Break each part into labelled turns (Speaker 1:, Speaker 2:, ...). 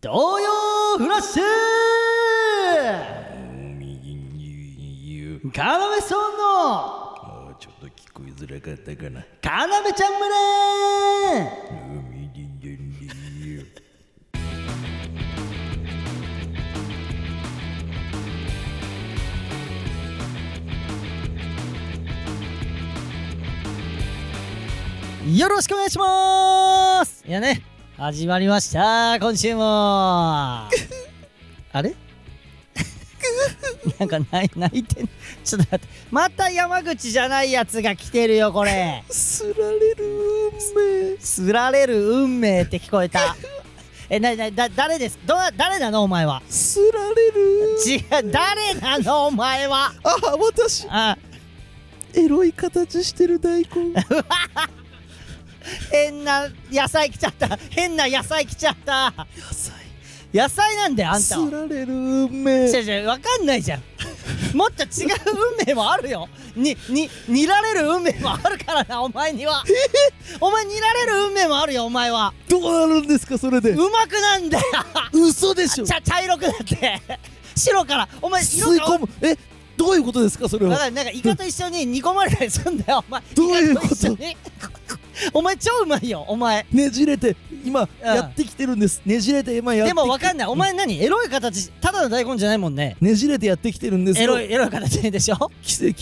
Speaker 1: 東洋フラッシュカナメソンの
Speaker 2: もうちょっと聞こえづらかったかな。
Speaker 1: カナメちゃん村よろしくお願いしますいやね始まりました今週もあれなんか泣い泣いてんちょっと待ってまた山口じゃないやつが来てるよこれ
Speaker 2: すられる運命。
Speaker 1: すられる運命って聞こえたえななだ誰ですど誰なのお前は
Speaker 2: すられる。
Speaker 1: 違う誰なのお前は
Speaker 2: あ、私、
Speaker 1: あ
Speaker 2: エロい形してる大根。
Speaker 1: 変な野菜来ちゃった変な野菜来ちゃった
Speaker 2: 野菜。
Speaker 1: 野菜なんだよあんたは
Speaker 2: すられる運命。
Speaker 1: 違う違う分かんないじゃんもっと違う運命もあるよにににられる運命もあるからなお前にはお前にられる運命もあるよお前は
Speaker 2: どうなるんですか、それで
Speaker 1: う。まくなんだよ
Speaker 2: 嘘でしょ。
Speaker 1: 茶茶色くなって白からお前色
Speaker 2: 吸い
Speaker 1: が
Speaker 2: 込む。え、どういうことですか、それ
Speaker 1: だか
Speaker 2: は。
Speaker 1: らなんかイカと一緒に煮込まれたりすんだよお前
Speaker 2: どういう
Speaker 1: イ
Speaker 2: こと
Speaker 1: カ一緒に お前超うまいよお前
Speaker 2: ねじれて、今、やってきてるんです。ねじれて、今やってき
Speaker 1: でも分かんないお前何エロい形ただの大根じゃないもんね
Speaker 2: ねじれてやってきてるんです
Speaker 1: エ
Speaker 2: よ
Speaker 1: ロいエロい形でしょ
Speaker 2: 奇跡。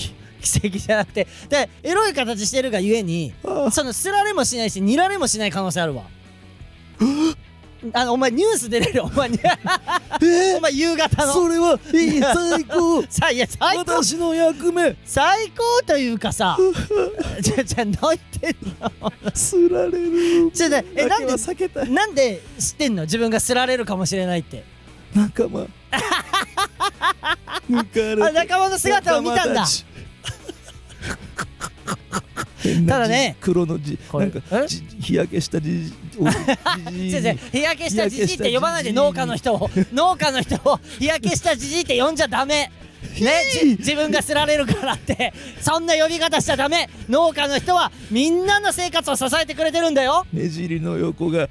Speaker 1: 奇跡じゃなくてでエロい形してるがゆえに
Speaker 2: ああ
Speaker 1: そのすられもしないし煮られもしない可能性あるわあのお前ニュース出れる お前に
Speaker 2: え
Speaker 1: お前夕方の
Speaker 2: それは、いい、最高。
Speaker 1: さいや最高
Speaker 2: 私の役目
Speaker 1: 最高というかさ じゃじゃ泣いてん の
Speaker 2: すられる
Speaker 1: ちょっとねえなんで
Speaker 2: だけは避けたい
Speaker 1: なんで知ってんの自分がすられるかもしれないって
Speaker 2: 仲間抜か
Speaker 1: あ
Speaker 2: れて
Speaker 1: 仲間の姿を見たん
Speaker 2: 仲間
Speaker 1: だ
Speaker 2: たち変な
Speaker 1: ただね
Speaker 2: じ黒のじ
Speaker 1: こ
Speaker 2: な
Speaker 1: れ
Speaker 2: んか
Speaker 1: え
Speaker 2: じ日焼けしたじじお
Speaker 1: 先
Speaker 2: じじじい
Speaker 1: 生
Speaker 2: に
Speaker 1: 日焼けしたじじいって呼ばないで農家の人を農家の人を日焼けしたじじいって呼んじゃダメね、じ自分がすられるからってそんな呼び方しちゃダメ農家の人はみんなの生活を支えてくれてるんだよ
Speaker 2: ねじりの横が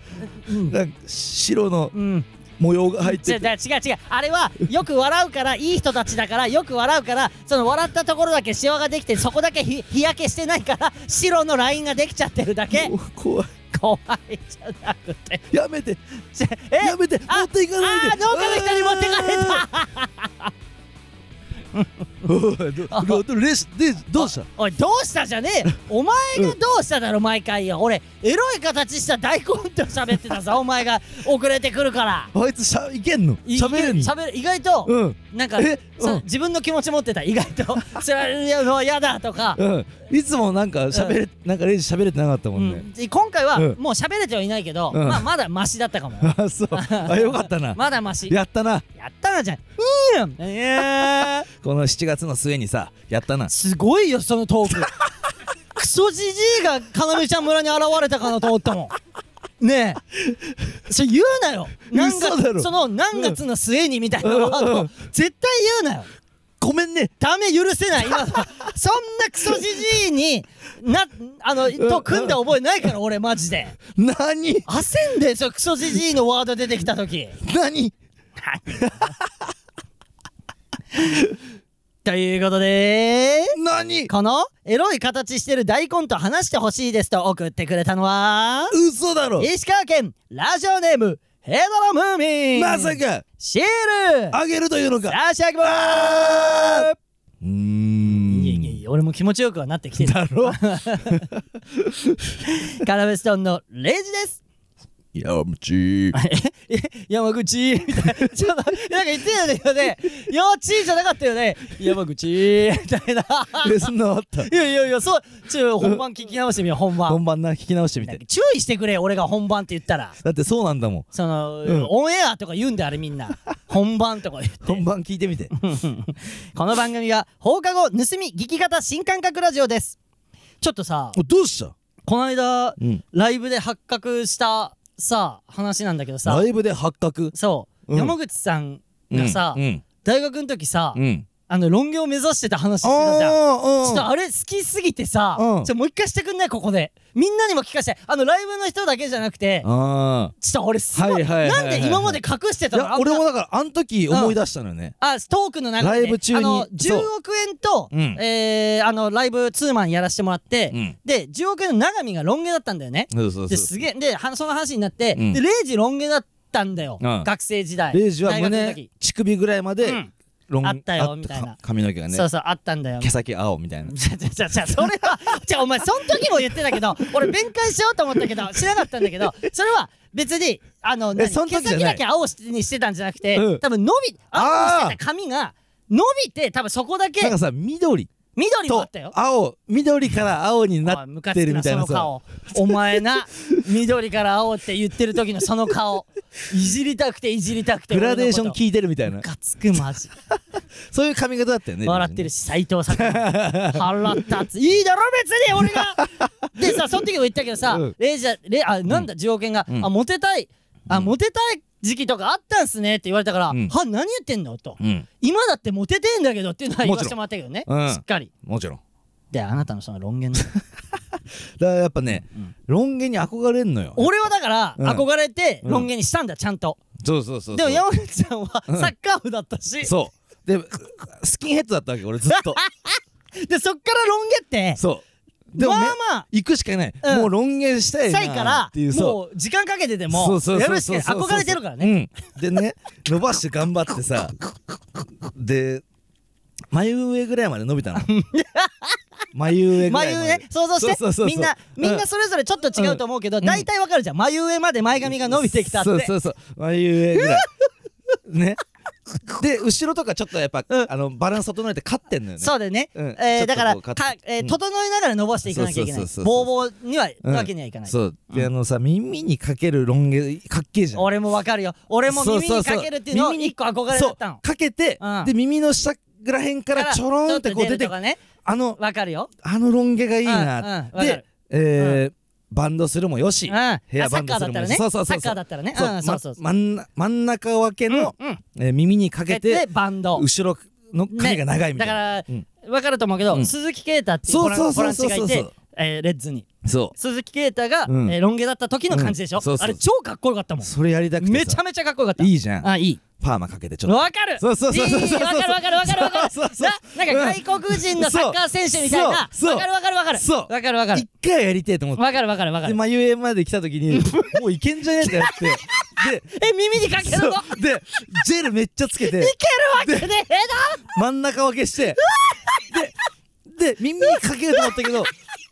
Speaker 1: うん、
Speaker 2: なんか白の
Speaker 1: うん、
Speaker 2: 模様が入っ
Speaker 1: 違う
Speaker 2: て
Speaker 1: 違う
Speaker 2: て
Speaker 1: 違うあれはよく笑うからいい人たちだからよく笑うからその笑ったところだけシワができてそこだけ日日焼けしてないから白のラインができちゃってるだけ
Speaker 2: もう怖い
Speaker 1: 怖いじゃなくて
Speaker 2: やめて
Speaker 1: ちょえ
Speaker 2: やめて
Speaker 1: あ
Speaker 2: 持っていかないで
Speaker 1: あー農家の人に持ってかれた
Speaker 2: たおいどどレシでどうした
Speaker 1: おいどうしたじゃ ねえよお前がどうしただろ毎回よ俺エロい形した大根って喋ってた ぞお前が遅れてくるから
Speaker 2: あいつしゃいけんの
Speaker 1: い
Speaker 2: 喋れんの
Speaker 1: 喋る意外と、
Speaker 2: うん
Speaker 1: なんか
Speaker 2: え
Speaker 1: そう
Speaker 2: うん
Speaker 1: 自分の気持ち持ってた意外と 「それはもう嫌だ」とか、
Speaker 2: うんいつもなんか喋れ、なんかレイジ喋れてなかったも
Speaker 1: うん
Speaker 2: ね、
Speaker 1: ん今回は
Speaker 2: うん
Speaker 1: もう喋れてはいないけど、
Speaker 2: うん
Speaker 1: まあ、まだマシだったかも
Speaker 2: あそう あよかったな、
Speaker 1: まだマシや
Speaker 2: やったな
Speaker 1: ったなじゃんうんえー、
Speaker 2: この7月の末にさやったな
Speaker 1: すごいよそのトー ククソじじいが要ちゃん村に現れたかなと思ったもんねえそれ言うなよ何
Speaker 2: 嘘だろ
Speaker 1: 月その何月の末にみたいなワー
Speaker 2: うんう
Speaker 1: ド
Speaker 2: ん
Speaker 1: 絶対言うなよ
Speaker 2: ごめんね
Speaker 1: ダメ許せない今のそんなクソじじいになあの
Speaker 2: ん
Speaker 1: と組んだ覚えないから俺マジで
Speaker 2: 何
Speaker 1: 焦んでそのクソじじいのワード出てきた時
Speaker 2: 何
Speaker 1: ということで
Speaker 2: 何
Speaker 1: このエロい形してる大根と話してほしいですと送ってくれたのは
Speaker 2: 嘘だ ろ
Speaker 1: 石川県ラジオネームヘドロムーミン
Speaker 2: まさか
Speaker 1: シール
Speaker 2: あげるというのか
Speaker 1: 差し上げま
Speaker 2: あーうー
Speaker 1: す
Speaker 2: ん
Speaker 1: いやいやいや俺も気持ちよくはなってきてる
Speaker 2: だろ
Speaker 1: カラベストーンのレイジです
Speaker 2: 山口
Speaker 1: え山口みたいなちょっとなんか言ってたよね幼稚園じゃなかったよね山口みたいな
Speaker 2: えそんなのあった
Speaker 1: いやいやいやそうちょ本番聞き直してみよう本番
Speaker 2: 本番な聞き直してみて
Speaker 1: 注意してくれ俺が本番って言ったら
Speaker 2: だってそうなんだもん
Speaker 1: その、
Speaker 2: うん
Speaker 1: オンエアとか言うんだよあれみんな本番とか言って
Speaker 2: 本番聞いてみて
Speaker 1: この番組は放課後盗み聞き方新感覚ラジオですちょっとさ
Speaker 2: おどうした
Speaker 1: この間
Speaker 2: うん
Speaker 1: ライブで発覚したさ話なんだけどさ
Speaker 2: ライブで発覚
Speaker 1: そう、
Speaker 2: うん
Speaker 1: 山口さんがさ、
Speaker 2: うん
Speaker 1: 大学の時さ、
Speaker 2: うん
Speaker 1: あの論業目指してた話してたじゃんちょっと
Speaker 2: あ
Speaker 1: あれ好きすぎてさ、
Speaker 2: うん
Speaker 1: ちょもう一回してくんないここでみんなにも聞かせてあのライブの人だけじゃなくて
Speaker 2: あ
Speaker 1: ちょっと俺すごい,、
Speaker 2: はいはいはいはい
Speaker 1: なんで今まで隠して
Speaker 2: い
Speaker 1: たの
Speaker 2: や俺
Speaker 1: あん
Speaker 2: も
Speaker 1: な
Speaker 2: だからあの時思い出したのよね
Speaker 1: あトークの中でね、
Speaker 2: ライブ中に
Speaker 1: あの
Speaker 2: そう
Speaker 1: 10億円と、
Speaker 2: うん
Speaker 1: えー、あのライブツーマンやらせてもらって、
Speaker 2: うん
Speaker 1: で10億円の永見がロン毛だったんだよね
Speaker 2: そうそう
Speaker 1: ですげえではその話になって、
Speaker 2: うん
Speaker 1: でレイジロン毛だったんだよ、
Speaker 2: うん
Speaker 1: 学生時代
Speaker 2: レイジは
Speaker 1: 大学の時
Speaker 2: 胸乳首ぐらいま
Speaker 1: う
Speaker 2: で
Speaker 1: ん
Speaker 2: ロン
Speaker 1: あったよ
Speaker 2: あっ
Speaker 1: みたいな
Speaker 2: か髪の毛がね
Speaker 1: そうそうあったんだよ
Speaker 2: 毛先青みたいな
Speaker 1: じゃじゃじゃじゃそれは じゃあお前その時も言ってたけど俺弁解しようと思ったけどしなかったんだけどそれは別にあの何
Speaker 2: その時じゃない
Speaker 1: 毛先だけ青にしてたんじゃなくて、
Speaker 2: うん
Speaker 1: 多分伸び青に
Speaker 2: あ
Speaker 1: して
Speaker 2: ー
Speaker 1: た髪が伸びて多分そこだけ
Speaker 2: なんかさ緑
Speaker 1: 緑もあ
Speaker 2: と
Speaker 1: ったよ。
Speaker 2: 青緑から青に
Speaker 1: お
Speaker 2: な
Speaker 1: ムカ
Speaker 2: っ
Speaker 1: つ
Speaker 2: て
Speaker 1: く
Speaker 2: るみたいな
Speaker 1: その
Speaker 2: さ
Speaker 1: 顔 お前な緑から青って言ってる時のその顔いじりたくていじりたくて
Speaker 2: グラデーション
Speaker 1: き
Speaker 2: 効いてるみたい
Speaker 1: ム
Speaker 2: な
Speaker 1: カつくマジ
Speaker 2: そういう髪型だ ったよね
Speaker 1: 笑ってる
Speaker 2: し
Speaker 1: し斎 藤さん腹立ついいだろ別に俺がでさその時も言ったけどさ、
Speaker 2: うん
Speaker 1: レイジャーレあなんだ条件が、
Speaker 2: うん
Speaker 1: あモテたいあ
Speaker 2: うん
Speaker 1: モテたい時期とかあったんすねって言われたから、
Speaker 2: うん
Speaker 1: は何言ってんのと、
Speaker 2: うん
Speaker 1: 今だってモテてんだけどっていうのは言わせてもらったけどね、
Speaker 2: うん
Speaker 1: しっかり
Speaker 2: もちろん
Speaker 1: であなたのその論言の
Speaker 2: だからやっぱね
Speaker 1: うん
Speaker 2: ロン毛に憧れんのよ
Speaker 1: 俺はだから
Speaker 2: うん
Speaker 1: 憧れて
Speaker 2: うん
Speaker 1: 論言にしたんだちゃんと、
Speaker 2: そうそうそうそう
Speaker 1: でも山口さんは
Speaker 2: うん
Speaker 1: サッカー部だったし、
Speaker 2: そうでスキンヘッドだったわけ俺ずっ と
Speaker 1: でそっから論言って
Speaker 2: そうで
Speaker 1: ま
Speaker 2: も
Speaker 1: あ
Speaker 2: め
Speaker 1: まあ
Speaker 2: 行くしかない
Speaker 1: うん
Speaker 2: もうロン毛したい
Speaker 1: したいか
Speaker 2: な
Speaker 1: ら
Speaker 2: っていうそう
Speaker 1: もう時間かけてで
Speaker 2: そ
Speaker 1: も
Speaker 2: うそうそうそう
Speaker 1: やるしか憧れてるからね、
Speaker 2: うんでね伸ばして頑張って さで眉上ぐらいまで伸び たの眉上ぐらい
Speaker 1: 眉
Speaker 2: ま
Speaker 1: 上
Speaker 2: で
Speaker 1: ね想像して
Speaker 2: そうそうそうそう
Speaker 1: みんなみん
Speaker 2: う
Speaker 1: なそれぞれちょっと違うと思うけど、大体わかるじゃん眉上まで前髪が伸びてきたって
Speaker 2: そうそうそう眉上ぐらいねで後ろとかちょっとやっぱ、あのバランス整えて勝ってんのよね
Speaker 1: そうだよね、
Speaker 2: うん
Speaker 1: えー
Speaker 2: ち
Speaker 1: だ
Speaker 2: ょっと
Speaker 1: から
Speaker 2: こう
Speaker 1: か
Speaker 2: カッ、
Speaker 1: えー
Speaker 2: うん
Speaker 1: 整えながら伸ばしていかなきゃいけない
Speaker 2: そうそうそうそう
Speaker 1: ボーボーには、
Speaker 2: うん
Speaker 1: わけにはいかない
Speaker 2: そうで、あのさ耳にかけるロン毛かっけえじゃん
Speaker 1: 俺もわかるよ俺も耳
Speaker 2: そう
Speaker 1: に
Speaker 2: そうそう
Speaker 1: かけるっていうのを
Speaker 2: 耳に
Speaker 1: 一個憧れだ
Speaker 2: そ
Speaker 1: っ
Speaker 2: う
Speaker 1: たの
Speaker 2: かけて、
Speaker 1: うん
Speaker 2: で耳の下らへんからちょろんってこう
Speaker 1: ちょ
Speaker 2: 出
Speaker 1: っと
Speaker 2: て
Speaker 1: とかね
Speaker 2: あの
Speaker 1: わかるよ
Speaker 2: あのロン毛がいい
Speaker 1: うん
Speaker 2: な、
Speaker 1: うんわかる
Speaker 2: で、えーバンドするもよ
Speaker 1: う
Speaker 2: し、
Speaker 1: んあ
Speaker 2: ヘア
Speaker 1: サ
Speaker 2: バン
Speaker 1: ッカ
Speaker 2: ド
Speaker 1: ー
Speaker 2: す
Speaker 1: だ
Speaker 2: る
Speaker 1: っ
Speaker 2: も
Speaker 1: たら
Speaker 2: よし
Speaker 1: ねサ
Speaker 2: そうそうそう
Speaker 1: ッカ
Speaker 2: そ
Speaker 1: ー
Speaker 2: う
Speaker 1: だったらね
Speaker 2: そう
Speaker 1: うんそうそうそう
Speaker 2: ま真んな真ん中分けの、
Speaker 1: うんうん
Speaker 2: えー耳にかけ
Speaker 1: で
Speaker 2: て
Speaker 1: バンド
Speaker 2: 後ろの髪が長いみた
Speaker 1: だ
Speaker 2: いな、
Speaker 1: から、
Speaker 2: うん
Speaker 1: わかると思うけど、
Speaker 2: うん
Speaker 1: 鈴木啓太っていうボラ
Speaker 2: そ
Speaker 1: ン
Speaker 2: う
Speaker 1: ボ
Speaker 2: そ
Speaker 1: ラ
Speaker 2: う
Speaker 1: ン
Speaker 2: そ
Speaker 1: チ
Speaker 2: う
Speaker 1: が
Speaker 2: そう
Speaker 1: いて、えーレッズに
Speaker 2: そ
Speaker 1: 鈴木啓太が、
Speaker 2: うん
Speaker 1: えーロン毛だった時の感じでしょ、
Speaker 2: うんそうそ
Speaker 1: あ
Speaker 2: う
Speaker 1: れ超かっこよかったも
Speaker 2: うんそれやりたくてさ
Speaker 1: めちゃめちゃかっこよかった
Speaker 2: いいじゃん
Speaker 1: あいい
Speaker 2: パーマかけてちょっと
Speaker 1: わかる
Speaker 2: そうそうそうそう
Speaker 1: いいわかるわかるわかるわかる
Speaker 2: そうそうそう
Speaker 1: ななんか外国人のサッカー選手みたいなわ
Speaker 2: そうそう
Speaker 1: かるわかるわかる
Speaker 2: そう
Speaker 1: わかるわかる
Speaker 2: 一回やりてえと思って
Speaker 1: わかるわかるわか
Speaker 2: で
Speaker 1: る
Speaker 2: 眉毛まで来た時 にもういけんじゃねえってやって
Speaker 1: え耳にかけ
Speaker 2: で
Speaker 1: る
Speaker 2: そ
Speaker 1: の
Speaker 2: う
Speaker 1: い
Speaker 2: でジェルめっちゃつけて
Speaker 1: けるわけねえ
Speaker 2: 真ん中分けしてでで耳にかけようと思ったけど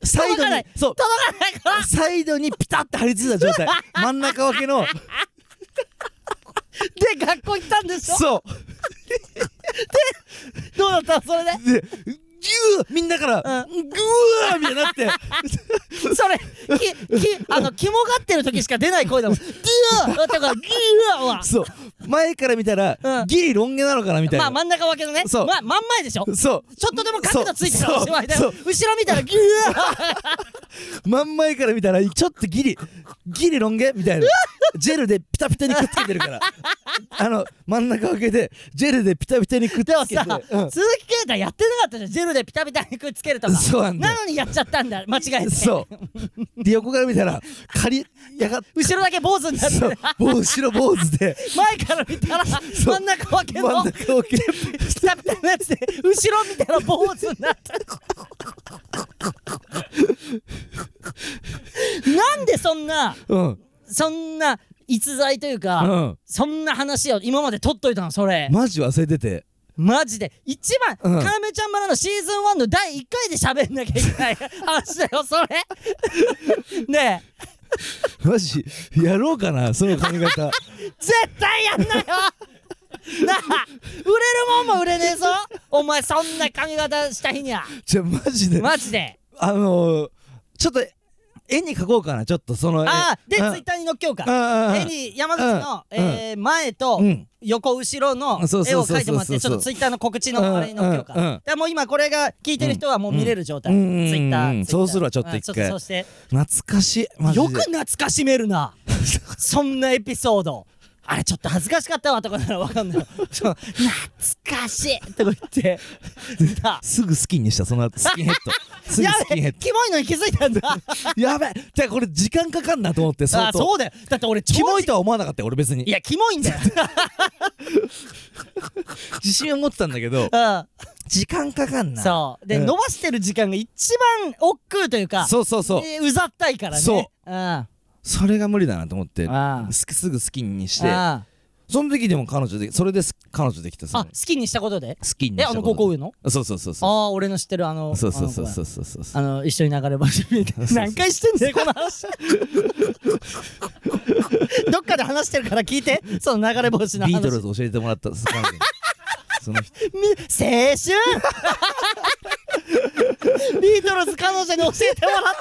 Speaker 2: サ
Speaker 1: 届
Speaker 2: イド
Speaker 1: かな
Speaker 2: に
Speaker 1: い
Speaker 2: そう
Speaker 1: 届かないから
Speaker 2: サイドにピタッて張り付いた状態真ん中分けの
Speaker 1: で学校行ったんでしょ
Speaker 2: そ
Speaker 1: どうだったのそれで
Speaker 2: うでギューみんなから
Speaker 1: う
Speaker 2: グワーみたいになって
Speaker 1: それききあの肝がってる時しか出ない声だもんギューとかギューは
Speaker 2: そう前から見たら
Speaker 1: うん
Speaker 2: ギリロン毛なのかなみたい
Speaker 1: まあ
Speaker 2: な、
Speaker 1: 真ん中分けのね
Speaker 2: そう
Speaker 1: まあ真ん前でしょ
Speaker 2: そう
Speaker 1: ちょっとでも角度ついてたら
Speaker 2: そ
Speaker 1: お
Speaker 2: う
Speaker 1: しまいだ
Speaker 2: そ
Speaker 1: よ
Speaker 2: う
Speaker 1: 後ろ見たらギュー
Speaker 2: 真ん前から見たらちょっとギリギリロン毛みたいなジェルでピタピタにくっつけて るからあの真ん中分けでジェルでピタピタにくっつ
Speaker 1: でも
Speaker 2: けて
Speaker 1: さ、
Speaker 2: うん
Speaker 1: 鈴木啓太やってなかったじゃんジェルでピタピタにくっつけるとか
Speaker 2: そうなんだよ
Speaker 1: なのにやっちゃったんだ間違えて
Speaker 2: そうで横から見たら借りやがっ
Speaker 1: 後ろだけ坊主になって
Speaker 2: そう
Speaker 1: る
Speaker 2: もう後ろ坊主で
Speaker 1: 前から見たら真ん中分け
Speaker 2: 真
Speaker 1: の
Speaker 2: ん中をけ
Speaker 1: ピタピタのやつで後ろ見たら坊主になったなんでそんな
Speaker 2: うん
Speaker 1: そんな逸材というか、
Speaker 2: うん
Speaker 1: そんな話を今まで取っといたのそれ、
Speaker 2: マジ忘れてて
Speaker 1: マジで一番、
Speaker 2: うん
Speaker 1: カメちゃん村のシーズン1の第1回で喋んなきゃいけない 話だよそれねえ
Speaker 2: マジやろうかなその 髪型
Speaker 1: 絶対やんなよなあ売れるもんも売れねえぞお前そんな髪型した日には
Speaker 2: じゃあマジで
Speaker 1: マジで
Speaker 2: あのー、ちょっと絵に描こうかなちょっとその絵
Speaker 1: ああでツ
Speaker 2: うん
Speaker 1: イッターに載っけようか
Speaker 2: ああ
Speaker 1: 絵に山口の、
Speaker 2: うん
Speaker 1: えー前と
Speaker 2: うん
Speaker 1: 横後ろの
Speaker 2: そう
Speaker 1: 絵
Speaker 2: そ
Speaker 1: を
Speaker 2: うそうそうそう
Speaker 1: 描いてもらってちょっとツイッターの告知のあれに載っけようか、
Speaker 2: うんうんうん
Speaker 1: でもう今これが聞いてる人はもう見れる状態、
Speaker 2: うんうんうんうん
Speaker 1: ツイッター、
Speaker 2: そうするわちょっと一回
Speaker 1: うんそうして
Speaker 2: 懐かしいマジで
Speaker 1: よく懐かしめるなそんなエピソードあれちょっと恥ずかしかったわとかならわかんないよそう懐かしいとか言 ってだ
Speaker 2: すぐスキンにしたその後スキンヘッドすぐ
Speaker 1: や
Speaker 2: スキ
Speaker 1: べ
Speaker 2: ンヘッ
Speaker 1: キモいのに気づいたんだ
Speaker 2: ドやべじゃあこれ時間かかんなと思って相
Speaker 1: あ
Speaker 2: 当
Speaker 1: そうだよだって俺超
Speaker 2: キモいとは思わなかったよ俺別
Speaker 1: い
Speaker 2: に
Speaker 1: やキモいん だよ、
Speaker 2: 自信を持ってたんだけど時間かかん
Speaker 1: うん、
Speaker 2: な
Speaker 1: そうで、
Speaker 2: うん
Speaker 1: 伸ばしてる時間が一番億劫というか
Speaker 2: そうそうそう
Speaker 1: でうざったいからね
Speaker 2: そ
Speaker 1: うんあ
Speaker 2: それが無理だなと思って
Speaker 1: あ
Speaker 2: すすぐスキンにして
Speaker 1: あ
Speaker 2: その時でも彼女でそれです彼女できた
Speaker 1: あ
Speaker 2: そ
Speaker 1: 好
Speaker 2: の
Speaker 1: きにしたことで
Speaker 2: スキンに
Speaker 1: え
Speaker 2: した
Speaker 1: あの
Speaker 2: こ
Speaker 1: 高校
Speaker 2: と
Speaker 1: 上の
Speaker 2: そうそうそう
Speaker 1: あ
Speaker 2: そう
Speaker 1: あ俺の知ってるあの
Speaker 2: そうそうそう
Speaker 1: あの
Speaker 2: そ
Speaker 1: 子
Speaker 2: うそうそうそう
Speaker 1: あの一緒に流れ星みたいな何回してんだよこの話 どっかで話してるから聞いてその流れ星の話
Speaker 2: ビートルズ教えてもらった彼女 その人
Speaker 1: み青春 ビートルズ彼女に教えてもらった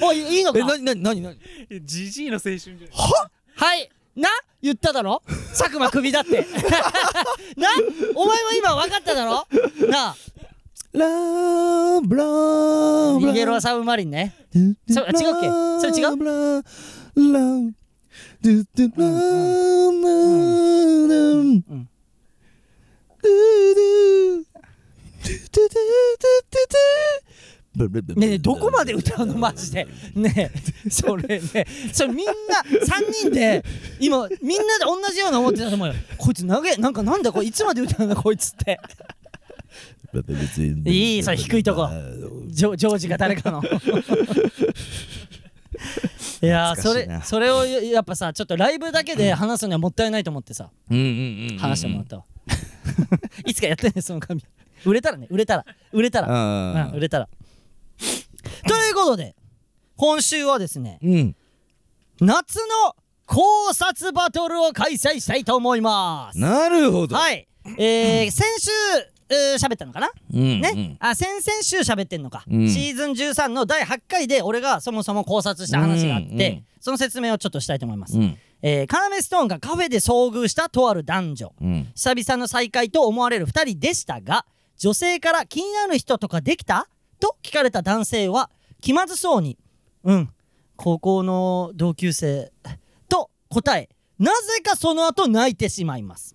Speaker 1: おいいいのか
Speaker 2: えなになになになに
Speaker 3: ジジイの青春じゃない
Speaker 1: はいな言っただろ佐久間クビだって なお前も今分かっただろなあ
Speaker 2: ラブラーブラ
Speaker 1: イエローサブマリンね
Speaker 2: そ違うっ
Speaker 1: そ違うっけそれ違う
Speaker 2: ううんうん
Speaker 1: うんねえねえどこまで歌うのマジでねえそれねそれみんな3人で今みんなで同じような思ってたと思うよこいつ長えなんかなんだこれいつまで歌うのこいつっていいそれ低いとこジョジョージが誰かのいやーそ
Speaker 2: 懐かし
Speaker 1: れ
Speaker 2: いな
Speaker 1: それをやっぱさちょっとライブだけで話すのにはもったいないと思ってさ
Speaker 2: うんうんうん
Speaker 1: 話してもらったわいつかやってねその髪売れたらね売れたら売れたら
Speaker 2: ら
Speaker 1: うん売れたらということで今週はですね
Speaker 2: うん
Speaker 1: 夏の考察バトルを開催したいと思います
Speaker 2: なるほど
Speaker 1: はいえー、先週えー喋ったのかな
Speaker 2: うん
Speaker 1: ね、
Speaker 2: うん
Speaker 1: あ先々週喋ってんのか、
Speaker 2: うん
Speaker 1: シーズン13の第8回で俺がそもそも考察した話があって、
Speaker 2: うんうん
Speaker 1: その説明をちょっとしたいと思います、
Speaker 2: うん
Speaker 1: えー、カナメストーンがカフェで遭遇したとある男女
Speaker 2: うん
Speaker 1: 久々の再会と思われる2人でしたが女性から気になる人とかできたと聞かれた男性は気まずそうに「うん高校の同級生」と答えなぜかその後泣いてしまいます、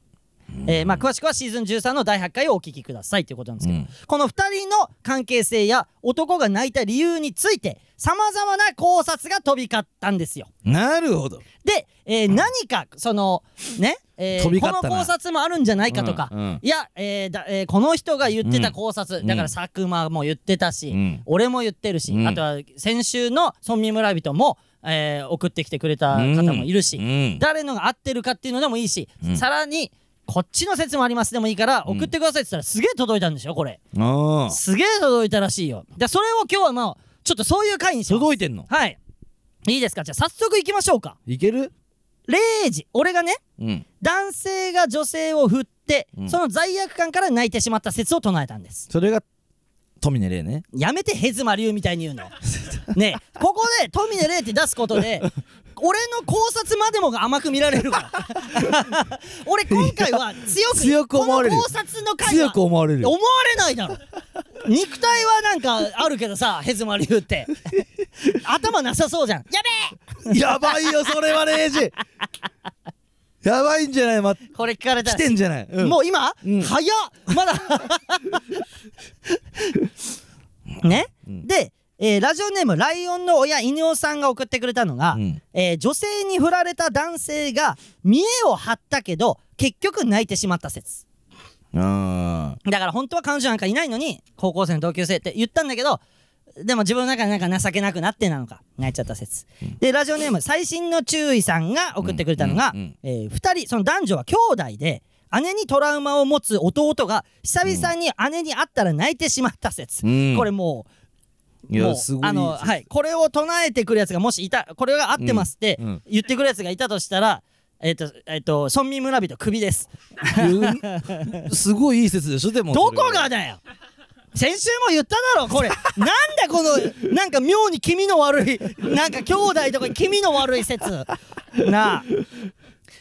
Speaker 1: えーまあ、詳しくはシーズン13の第8回をお聞きくださいということなんですけど、
Speaker 2: うん
Speaker 1: この2人の関係性や男が泣いた理由についてさまざまな考察が飛び交ったんですよ。
Speaker 2: なるほど
Speaker 1: で、えー何かそのね、えー
Speaker 2: 飛び
Speaker 1: こ
Speaker 2: 交
Speaker 1: の
Speaker 2: ったな
Speaker 1: 考察もあるんじゃないかとか、
Speaker 2: うんうん
Speaker 1: いや、えーだえーこの人が言ってた考察、
Speaker 2: うん
Speaker 1: だから佐久間も言ってたし、
Speaker 2: うん
Speaker 1: 俺も言ってるし、
Speaker 2: うん
Speaker 1: あとは先週の「村民村人も」えー送ってきてくれた方もいるし、
Speaker 2: うん
Speaker 1: 誰のが合ってるかっていうのでもいいし、
Speaker 2: うん
Speaker 1: さらにこっちの説もありますでもいいから送ってくださいって言ったらすげえ届いたんでしょこれ
Speaker 2: ああ
Speaker 1: すげえ届いたらしいよでそれを今日はまあちょっとそういう回にしよう
Speaker 2: 届いてんの
Speaker 1: はいいいですかじゃあ早速いきましょうか
Speaker 2: いける
Speaker 1: 0時俺がね
Speaker 2: うん
Speaker 1: 男性が女性を振って、
Speaker 2: うん
Speaker 1: その罪悪感から泣いてしまった説を唱えたんです
Speaker 2: それが富根礼ね
Speaker 1: やめてヘズマリュウみたいに言うのねえここで富根礼って出すことで俺の考察までもが甘く見られるから 俺今回は強く
Speaker 2: 強く思われる
Speaker 1: この考察の回は
Speaker 2: 強く思われる
Speaker 1: 思
Speaker 2: よ
Speaker 1: われないだろ肉体はなんかあるけどさヘズマリュウって 頭なさそうじゃんやべ
Speaker 2: やばいよそれは レイジやばいんじゃないま
Speaker 1: えこれ聞かれた
Speaker 2: 来
Speaker 1: ら
Speaker 2: てんじゃない、うん
Speaker 1: もう今、
Speaker 2: うん
Speaker 1: 早っ まだね、で、えーラジオネームライオンの親犬尾さんが送ってくれたのが、
Speaker 2: うん
Speaker 1: えー女性に振られた男性が見栄を張ったけど結局泣いてしまった説
Speaker 2: あ
Speaker 1: だから本当は彼女なんかいないのに高校生の同級生って言ったんだけどでも自分の中でなんか情けなくなってなのか泣いちゃった説、でラジオネーム最新の注意さんが送ってくれたのが、
Speaker 2: うんうんうん
Speaker 1: えー二人その男女は兄弟で姉にトラウマを持つ弟が久々に姉に会ったら泣いてしまった説、
Speaker 2: うん
Speaker 1: これもう
Speaker 2: ーいや
Speaker 1: もう
Speaker 2: すごい
Speaker 1: あの、はい、これを唱えてくるやつがもしいたこれが合ってますって
Speaker 2: うんうん
Speaker 1: 言ってくるやつがいたとしたら、えっ、とえっ、と村民村人クビです
Speaker 2: うん すごいいい説でしょでも
Speaker 1: ど
Speaker 2: それ
Speaker 1: こ
Speaker 2: は
Speaker 1: がだよ先週も言っただろこれなんだこのなんか妙に気味の悪いなんか兄弟とか気味の悪い説なあ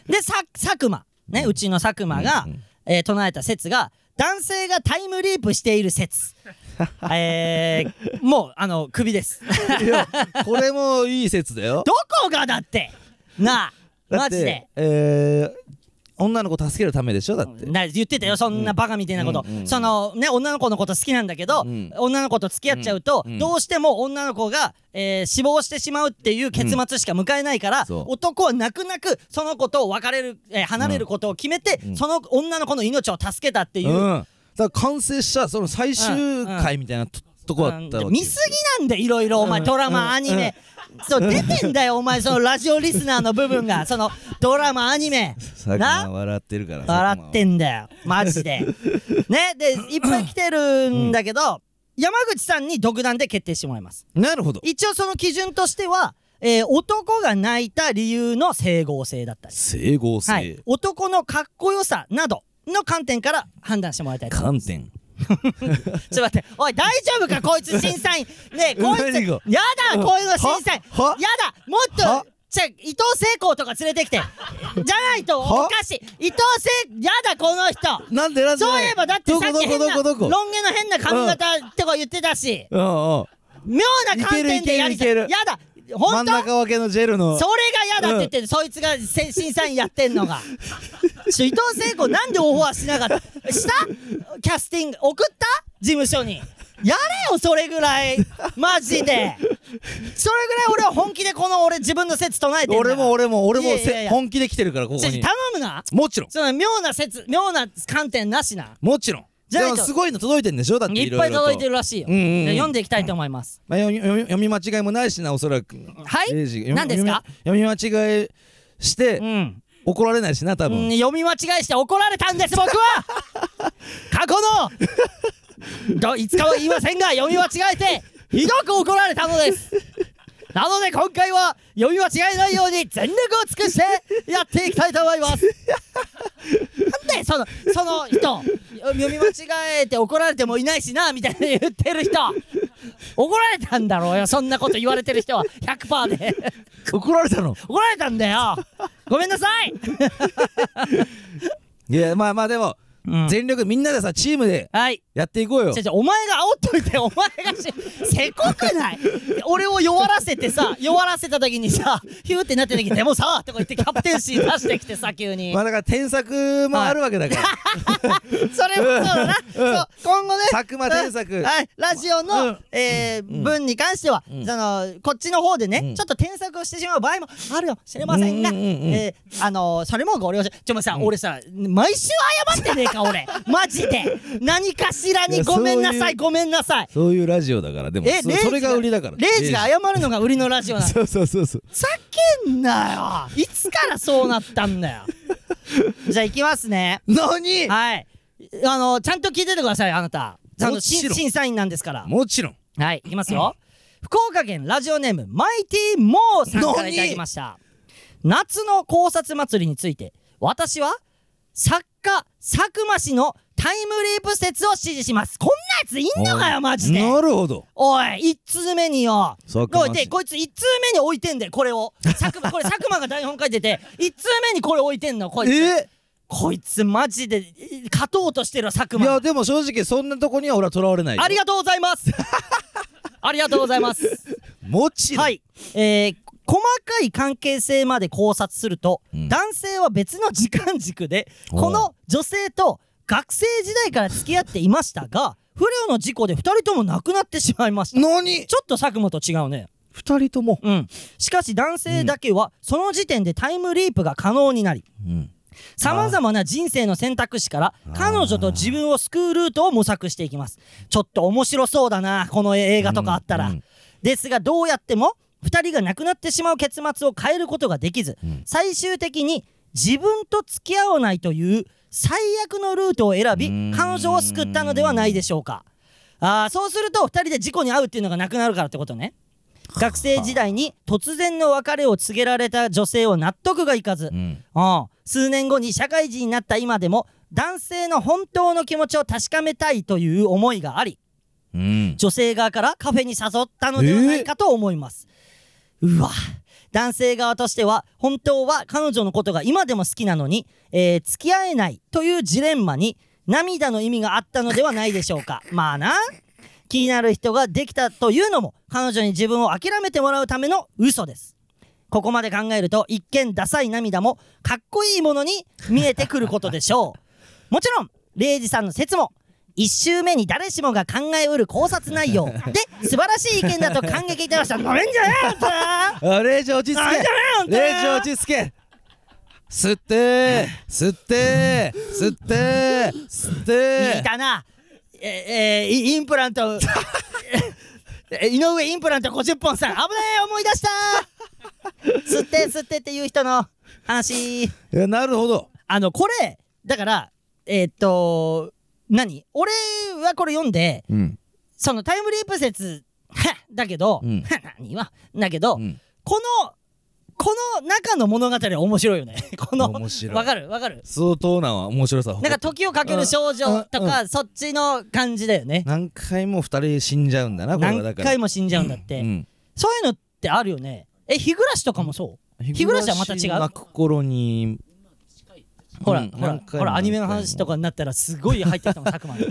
Speaker 1: でさ佐久間ねうちの佐久間が、えー唱えた説が男性がタイムリープしている 説えー、 もうあのクビです
Speaker 2: いやこれもいい説だよ
Speaker 1: どこがだってなあ
Speaker 2: だ
Speaker 1: マ
Speaker 2: って
Speaker 1: ジで
Speaker 2: えー女の子助けるためでしょだって、
Speaker 1: な言ってたよそんなバカみたいなこと、
Speaker 2: うんうんうん
Speaker 1: そのね女の子のこと好きなんだけど、
Speaker 2: うん
Speaker 1: 女の子と付き合っちゃうと、
Speaker 2: うんうん
Speaker 1: どうしても女の子が、えー死亡してしまうっていう結末しか迎えないから、
Speaker 2: そう
Speaker 1: 男は泣く泣くその子と別れる、えー離れることを決めて、
Speaker 2: うん
Speaker 1: その女の子の命を助けたっていうう、
Speaker 2: ん、だから完成したその最終回みたいなと,、こだったわけ
Speaker 1: 見すぎなんでいろいろお前ドラマアニメそう出てんだよお前そのラジオリスナーの部分がそのドラマアニメ
Speaker 2: 佐久間
Speaker 1: な
Speaker 2: 笑ってるから
Speaker 1: 笑って
Speaker 2: ん
Speaker 1: んだよマジ でねでいっぱい来てるんだけど山口さんに独断で決定してもらいます
Speaker 2: なるほど
Speaker 1: 一応その基準としてはえー男が泣いた理由の整合性だったり、
Speaker 2: 整合性、
Speaker 1: はい、男のかっこよさなどの観点から判断してもらいたいと
Speaker 2: 観点
Speaker 1: ちょっと待って、おい、大丈夫か、こいつ審査員。ねえ、こいつ、
Speaker 2: 何が
Speaker 1: やだ、こういうの審査員。
Speaker 2: はは
Speaker 1: やだ、もっ
Speaker 2: は
Speaker 1: と、じゃあ伊藤聖光とか連れてきて。じゃないと、
Speaker 2: は
Speaker 1: おかしい。伊藤聖、やだ、この人。
Speaker 2: なんでなんで
Speaker 1: そういえば、だってさっ
Speaker 2: どこ
Speaker 1: き変
Speaker 2: ど
Speaker 1: な、
Speaker 2: こど
Speaker 1: ロ
Speaker 2: こどこ
Speaker 1: ン毛の変な髪型とか言ってたし、
Speaker 2: うんうん
Speaker 1: 妙な観点でやりたい。
Speaker 2: い
Speaker 1: や
Speaker 2: けるいけるいける
Speaker 1: だ、
Speaker 2: 真
Speaker 1: 本
Speaker 2: ん
Speaker 1: 当
Speaker 2: 中分けのジェルの
Speaker 1: それが嫌だって言ってる、そいつがせ審査員やってんのがちょ伊藤聖子なんでオファーしなかったしたキャスティング送った事務所にやれよそれぐらいマジでそれぐらい俺は本気でこの俺自分の説唱えてんだから
Speaker 2: 俺も俺も俺
Speaker 1: い
Speaker 2: も
Speaker 1: やいやい
Speaker 2: せ
Speaker 1: や
Speaker 2: 本気で来てるからここ
Speaker 1: ちょ
Speaker 2: に
Speaker 1: 頼むな
Speaker 2: もちろん
Speaker 1: その妙な説妙な観点なしな
Speaker 2: もちろん
Speaker 1: じゃない
Speaker 2: で
Speaker 1: と
Speaker 2: もすごいの届いてんでしょだって
Speaker 1: い
Speaker 2: い
Speaker 1: っ
Speaker 2: ろ
Speaker 1: ぱ
Speaker 2: い
Speaker 1: い
Speaker 2: ろと
Speaker 1: 届いてるらしいよ、
Speaker 2: うんうんうん
Speaker 1: で読んでいきたいと思います、
Speaker 2: まあ、読み読み読み間違いもないしなおそらく
Speaker 1: はい
Speaker 2: レイジ読み
Speaker 1: 何ですか
Speaker 2: 読み読み間違いして
Speaker 1: うん
Speaker 2: 怒られないしな多分、
Speaker 1: うん読み間違いして怒られたんです僕 は過去のどいつかは言いませんが読み間違えてひどく怒られたのですなので今回は読み間違えないように全力を尽くしてやっていきたいと思いますなんでそのその人読み間違えて怒られてもいないしなみたいな言ってる人怒られたんだろうよそんなこと言われてる人は100%で
Speaker 2: 怒られたの
Speaker 1: 怒られたんだ よごめんなさい、
Speaker 2: いやまあまあでも、
Speaker 1: うん
Speaker 2: 全力みんなでさチームで
Speaker 1: はい
Speaker 2: やっていこうよ
Speaker 1: 違う違うお前が煽っといてお前がしせこくない俺を弱らせてさ弱らせた時にさヒューってなった時に「でもさ」とか言ってキャプテンシー出してきてさ急に、
Speaker 2: まあだから添削もあるわけだから、
Speaker 1: それもそうだな、そう今後ね
Speaker 2: 佐久間添 削
Speaker 1: はい、ラジオの、えー文に関しては、
Speaker 2: うん
Speaker 1: そのこっちの方でね、
Speaker 2: うん
Speaker 1: ちょっと添削をしてしまう場合もあるよ知れませんが、
Speaker 2: うんうんうんうん
Speaker 1: えーあのーそれもご了承ちょもうさ、俺さ毎週謝ってねえか俺マジで何かしら
Speaker 2: い
Speaker 1: に
Speaker 2: や
Speaker 1: ごめんな
Speaker 2: そう
Speaker 1: さ
Speaker 2: い
Speaker 1: いごめんなさい
Speaker 2: そういうラジオだからでも
Speaker 1: え
Speaker 2: そ
Speaker 1: レイジ
Speaker 2: それが売りだから
Speaker 1: レイジが謝るのが売りのラジ オなの
Speaker 2: そうそうそうそう
Speaker 1: 叫んなよいつからそうなったんだ よじゃあ行きますね
Speaker 2: 何
Speaker 1: はいあのちゃんと聞いててくださいあなたちゃんと
Speaker 2: もち
Speaker 1: し
Speaker 2: ろん
Speaker 1: 審査員なんですから
Speaker 2: もちろん
Speaker 1: はい行きますよ福岡県ラジオネームマイティモーさんからいただきました夏の考察祭りについて私は作家佐久間氏のタイムリープ説を支持しますこんなやついんのかよマジで
Speaker 2: なるほど
Speaker 1: おい、一通目によ。
Speaker 2: 佐久間氏
Speaker 1: おいで、こいつ一通目に置いてんだよ、これを。佐久間、これ佐久間が台本書いて て、一通目にこれ置いてんの、こいつ。
Speaker 2: え
Speaker 1: こいつマジで、え勝とうとしてるわ佐久
Speaker 2: いや
Speaker 1: 間。
Speaker 2: でも正直そんなとこには俺はとらわれないよ
Speaker 1: ありがとうござい ます。ありがとうございます。
Speaker 2: もちろん、
Speaker 1: はい。えー細かい関係性まで考察すると、
Speaker 2: うん
Speaker 1: 男性は別の時間軸で、
Speaker 2: おう
Speaker 1: この女性と学生時代から付き合っていましたが、不良の事故で2人とも亡くなってしまいました。
Speaker 2: 何
Speaker 1: ちょっと佐久間と違うね。
Speaker 2: 二人とも、
Speaker 1: うん、しかし男性だけはその時点でタイムリープが可能になり
Speaker 2: うん、
Speaker 1: さまざまな人生の選択肢から
Speaker 2: あー
Speaker 1: 彼女と自分を救うルートを模索していきますちょっと面白そうだなこの映画とかあったら、
Speaker 2: うんうん
Speaker 1: ですがどうやっても2人が亡くなってしまう結末を変えることができず、
Speaker 2: うん
Speaker 1: 最終的に自分と付き合わないという最悪のルートを選
Speaker 2: う
Speaker 1: び
Speaker 2: ん
Speaker 1: 彼女を救ったのではないでしょうかあーそうすると2人で事故に遭うっていうのがなくなるからってことね学生時代に突然の別れを告げられた女性は納得がいかず、
Speaker 2: うん、
Speaker 1: うん、数年後に社会人になった今でも男性の本当の気持ちを確かめたいという思いがあり
Speaker 2: うん、
Speaker 1: 女性側からカフェに誘ったのではないかと思います、うわ男性側としては本当は彼女のことが今でも好きなのに、えー付き合えないというジレンマに涙の意味があったのではないでしょう かまあな気になる人ができたというのも彼女に自分を諦めてもらうための嘘ですここまで考えると一見ダサい涙もかっこいいものに見えてくることでしょうもちろん礼二さんの説も1周目に誰しもが考えうる考察内 容で素晴らしい意見だと感激いただきましたなめんじゃねえよ本当
Speaker 2: あレイジ落ち着
Speaker 1: なんじゃねえよ本
Speaker 2: け
Speaker 1: 当
Speaker 2: レイジ落ち着け吸って吸って吸って吸っ
Speaker 1: い
Speaker 2: て
Speaker 1: たなええーイインプラン トえ井上インプラント50本さん危ない思い出した吸って吸ってっていう人の話
Speaker 2: いやなるほど
Speaker 1: あのこれだからえーっと何俺はこれ読んで
Speaker 2: うん
Speaker 1: そのタイムリープ説 はっだけど、
Speaker 2: うん
Speaker 1: はっ 何はだけど、
Speaker 2: うん
Speaker 1: このこの中の物語は面白いよ ねこの
Speaker 2: 面白い
Speaker 1: わかるわかる
Speaker 2: 相当な面白さを
Speaker 1: なんか時をかける少女とか、そっちの感じだよね
Speaker 2: 何回も二人死んじゃうんだなこれは
Speaker 1: 何
Speaker 2: だから
Speaker 1: 回
Speaker 2: も
Speaker 1: も死んじゃうんだって、
Speaker 2: うん
Speaker 1: そういうのってあるよねえ日暮らしとかもそう、
Speaker 2: 日
Speaker 1: 暮らしはまた違う
Speaker 2: 泣く頃に
Speaker 1: ほら
Speaker 2: うん
Speaker 1: ほら
Speaker 2: 何回も
Speaker 1: ほらアニメの話とかになったらすごい入ってきたもん佐久間に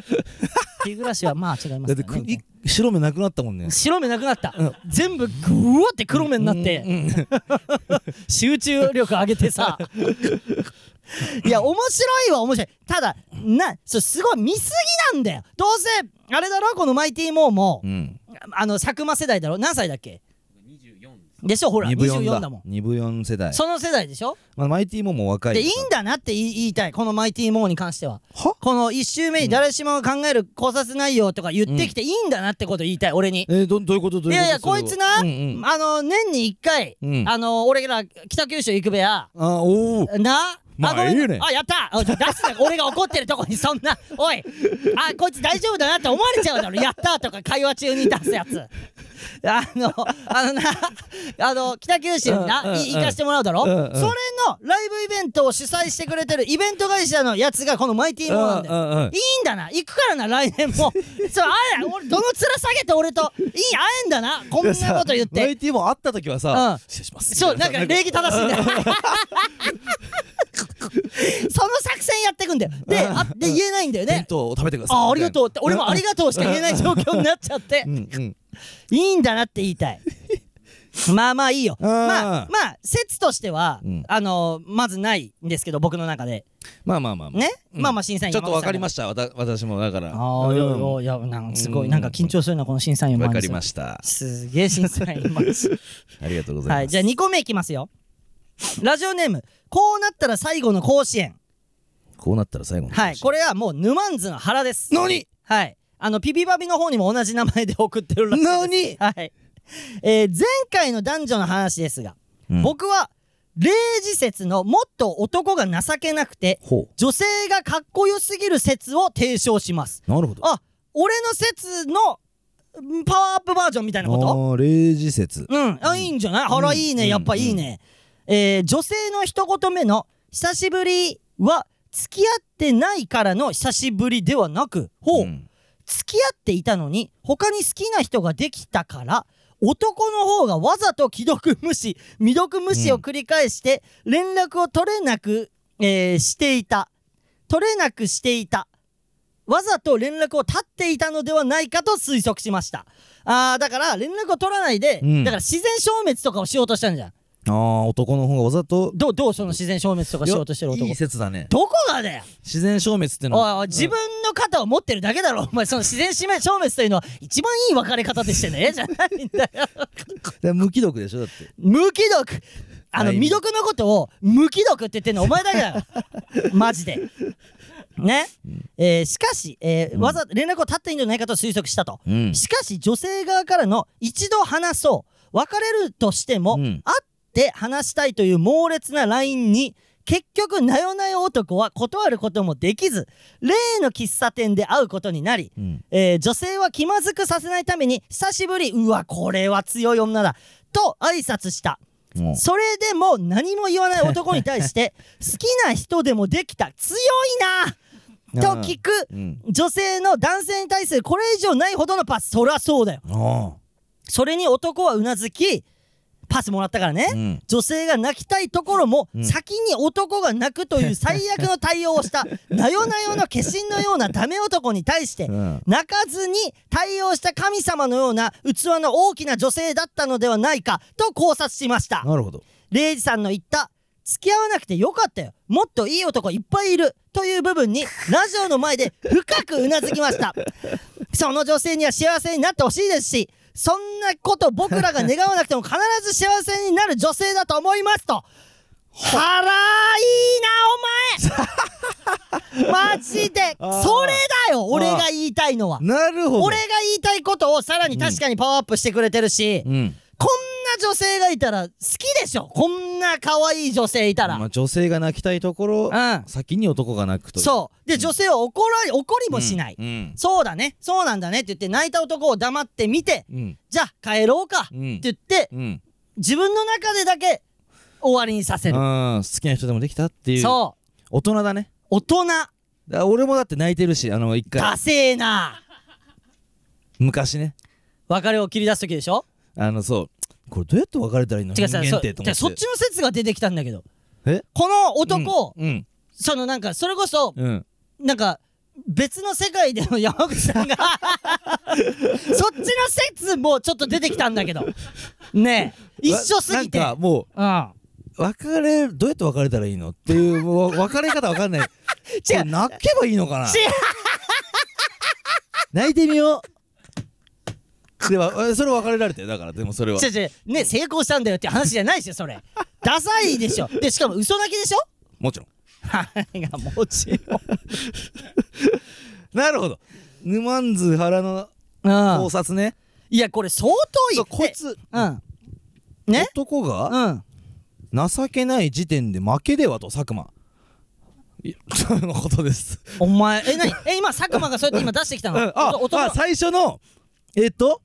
Speaker 1: 日暮らしはまあ違いま
Speaker 2: だ
Speaker 1: す
Speaker 2: って
Speaker 1: か
Speaker 2: く
Speaker 1: らね
Speaker 2: い白目なくなったもんね
Speaker 1: 白目なくなった、
Speaker 2: うん
Speaker 1: 全部グワって黒目になって、
Speaker 2: うん
Speaker 1: 集中力上げてさ いや面白いは面白いただなそうすごい見すぎなんだよどうせあれだろこのマイティモーも
Speaker 2: う、ん
Speaker 1: あの佐久間世代だろ何歳だっけ24でしょほら
Speaker 2: 二部四
Speaker 1: 24
Speaker 2: だ
Speaker 1: だもん
Speaker 2: 二部四世代
Speaker 1: その世代でしょ
Speaker 2: まあマイティーモも若い
Speaker 1: でいいんだなって言い言いたいこのマイティモーに関しては
Speaker 2: は
Speaker 1: この1周目に誰しもが考える考察内容とか言ってきていいんだなってこと言いたい俺に、
Speaker 2: えーどどういうことどう
Speaker 1: い
Speaker 2: いうこと
Speaker 1: やいや
Speaker 2: それは
Speaker 1: こいつな
Speaker 2: うんうん
Speaker 1: あの年に1回、
Speaker 2: うん
Speaker 1: あの俺ら北九州行くべや
Speaker 2: あおお
Speaker 1: な
Speaker 2: まあ
Speaker 1: ごめん
Speaker 2: いいよね
Speaker 1: あやったあ出すな俺が怒ってるとこにそんなおいあこいつ大丈夫だなって思われちゃうだろやったとか会話中に出すやつ あのあのなあの北九州にな
Speaker 2: うんうんうん
Speaker 1: い行かしてもらうだろ
Speaker 2: う
Speaker 1: それ
Speaker 2: んう
Speaker 1: の
Speaker 2: ん
Speaker 1: ライブイベントを主催してくれてるイベント会社のやつがこのマイティーモーなんだよ
Speaker 2: うんうんう
Speaker 1: い
Speaker 2: ん
Speaker 1: いんだな行くからな来年も そうあえ俺どの面下げて俺といいあえんだなこんなこと言っ
Speaker 2: マ
Speaker 1: て
Speaker 2: イティーモ会った時は
Speaker 1: うん
Speaker 2: さ失礼します
Speaker 1: そう、なんか礼儀正しい んだよ。その作戦やってくんだよ。で、あで言えないんだよ
Speaker 2: 弁
Speaker 1: ね。
Speaker 2: 当を食べてください
Speaker 1: あ、ありがとうって、俺もあり
Speaker 2: が
Speaker 1: がとうしか言えない状況になっちゃって
Speaker 2: う、んうん
Speaker 1: いいんだなって言い たい。まあまあいいよ。
Speaker 2: うん
Speaker 1: まあ、まあ、説としては
Speaker 2: うん、
Speaker 1: あの、まずないんですけど、僕の中で。
Speaker 2: まあまあまあまあ
Speaker 1: ね。
Speaker 2: うん
Speaker 1: まあまあ、審査員
Speaker 2: ちょっとわかりま
Speaker 1: し
Speaker 2: したわた私もだから
Speaker 1: ああ、いや
Speaker 2: うん
Speaker 1: いや、いやなんかすごい、
Speaker 2: うん
Speaker 1: なんか緊張するな、この審査員
Speaker 2: わかりま
Speaker 1: し
Speaker 2: した
Speaker 1: すげえ審査員マンス
Speaker 2: ありがとうございます
Speaker 1: はい、じゃあ2個目いきますよ。ラジオネーム、こうなったら最後の甲子園。
Speaker 2: こうなったら最後の話
Speaker 1: はい、これはもう沼津の原です。
Speaker 2: 何
Speaker 1: はい。あの、ピピバビの方にも同じ名前で送ってるらしいです。
Speaker 2: 何
Speaker 1: はい。えー前回の男女の話ですが、
Speaker 2: うん
Speaker 1: 僕は、礼二説のもっと男が情けなくて、
Speaker 2: ほ
Speaker 1: 女性がかっこよすぎる説を提唱します。
Speaker 2: うなるほど
Speaker 1: あ、俺の説のんパワーアップバージョンみたいなこと
Speaker 2: あー例示説
Speaker 1: うん、あ、いいんじゃないあら、
Speaker 2: うん
Speaker 1: いいね、やっぱいいね。えー女性の一言目の、久しぶりは、付き合ってないからの久しぶりではなく、ほう、
Speaker 2: ん
Speaker 1: 付き合っていたのに、他に好きな人ができたから、男の方がわざと既読無視、未読無視を繰り返して、連絡を取れなく、えーしていた。取れなくしていた。わざと連絡を絶っていたのではないかと推測しました。あー、だから連絡を取らないで、
Speaker 2: うん
Speaker 1: だから自然消滅とかをしようとしたんじゃん。
Speaker 2: ああ男の方がわざと
Speaker 1: どう、どうその自然消滅とかしようとしてる男。
Speaker 2: いい説だね
Speaker 1: どこがだよ
Speaker 2: 自然消滅っての
Speaker 1: おい
Speaker 2: は
Speaker 1: おい自分の肩を持ってるだけだろ、お前その自然消滅というのは一番いい別れ方でして ねじゃないんだよ
Speaker 2: で無気力でしょだって
Speaker 1: 無気力あの
Speaker 2: はい
Speaker 1: 未読のことを無気力って言ってんのお前だけだよ マジでね、えーしかし、えーわざ連絡を絶っていいんじゃないかと推測したと、
Speaker 2: うん
Speaker 1: しかし女性側からの一度話そう別れるとしても、
Speaker 2: うん
Speaker 1: 会って話したいという猛烈な LINE に結局なよなよ男は断ることもできず例の喫茶店で会うことになり、
Speaker 2: うん
Speaker 1: えー女性は気まずくさせないために久しぶりうわこれは強い女だと挨拶した
Speaker 2: もう
Speaker 1: それでも何も言わない男に対して 好きな人でもできた強いなと聞く
Speaker 2: うん
Speaker 1: 女性の男性に対するこれ以上ないほどのパスそりゃそうだよ
Speaker 2: ああ
Speaker 1: それに男はうなずきパスもらったからね、
Speaker 2: うん
Speaker 1: 女性が泣きたいところも
Speaker 2: うん
Speaker 1: 先に男が泣くという最悪の対応をした なよなよの化身のようなダメ男に対して
Speaker 2: うん
Speaker 1: 泣かずに対応した神様のような器の大きな女性だったのではないかと考察しました
Speaker 2: なるほど
Speaker 1: レイジさんの言った付き合わなくてよかったよもっといい男いっぱいいるという部分にラジオの前で深くうなずきま したその女性には幸せになってほしいですしそんなこと僕らが願わなくても必ず幸せになる女性だと思いますとはらいいなお 前マジで
Speaker 2: あー
Speaker 1: それだよ俺が言いたいのは
Speaker 2: なるほど
Speaker 1: 俺が言いたいことをさらに確かにパワーアップしてくれてるし、
Speaker 2: うん
Speaker 1: こんな女性がいたら好きでしょこんな可愛い女性いたら。
Speaker 2: まあ、女性が泣きたいところ
Speaker 1: うん
Speaker 2: 先に男が泣くという
Speaker 1: そう。で、女性は怒ら、怒りもしない。
Speaker 2: うん
Speaker 1: そうだね。そうなんだねって言って泣いた男を黙って見て、
Speaker 2: うん
Speaker 1: じゃあ帰ろうか。っ
Speaker 2: う
Speaker 1: て
Speaker 2: ん
Speaker 1: 言って、
Speaker 2: うん
Speaker 1: 自分の中でだけ終わりにさせる。
Speaker 2: あー好きな人でもできたっていう
Speaker 1: そ
Speaker 2: 大人だね
Speaker 1: う。大人、
Speaker 2: だから俺もだって泣いてるしあの一
Speaker 1: ダ
Speaker 2: 回
Speaker 1: セーな。
Speaker 2: 昔ね
Speaker 1: 別れを切り出す時でしょ
Speaker 2: あのそうこれどうやって別れたらいいの
Speaker 1: 違
Speaker 2: 人
Speaker 1: うさ、
Speaker 2: 間
Speaker 1: そ
Speaker 2: ってと
Speaker 1: じ
Speaker 2: 思
Speaker 1: ゃ
Speaker 2: っ
Speaker 1: あ
Speaker 2: て
Speaker 1: そっちの説が出てきたんだけど。
Speaker 2: え
Speaker 1: この男、
Speaker 2: うんうん
Speaker 1: そのなんか、それこそ、
Speaker 2: うん
Speaker 1: なんか、別の世界での山口さん が、そっちの説もちょっと出てきたんだけど。ねえ、一緒すぎて。
Speaker 2: なんかも
Speaker 1: うん。
Speaker 2: う別れどうやって別れたらいいのっていうもう別れ方わか んない違う泣けばいいのかな泣いてみようではえそれ別れられてだからでもそれは
Speaker 1: 違う違う、ねえ成功したんだよって話じゃないですよ、それ。ダサいでしょ。で、しかも嘘泣きでしょ
Speaker 2: もちろん
Speaker 1: はいがもちろん。
Speaker 2: なるほど沼んず原の
Speaker 1: う
Speaker 2: 考
Speaker 1: ん。
Speaker 2: 察ね
Speaker 1: いや、これ相当いい
Speaker 2: そうこい
Speaker 1: で
Speaker 2: つ
Speaker 1: うん。ね
Speaker 2: 男が
Speaker 1: うん。
Speaker 2: 情けない時点で負けではと佐久間いや そのことです
Speaker 1: お前、え、なにえ、今、佐久間がそうやって今出してきたの
Speaker 2: うんあ
Speaker 1: お男
Speaker 2: あ
Speaker 1: の
Speaker 2: 最初のえっと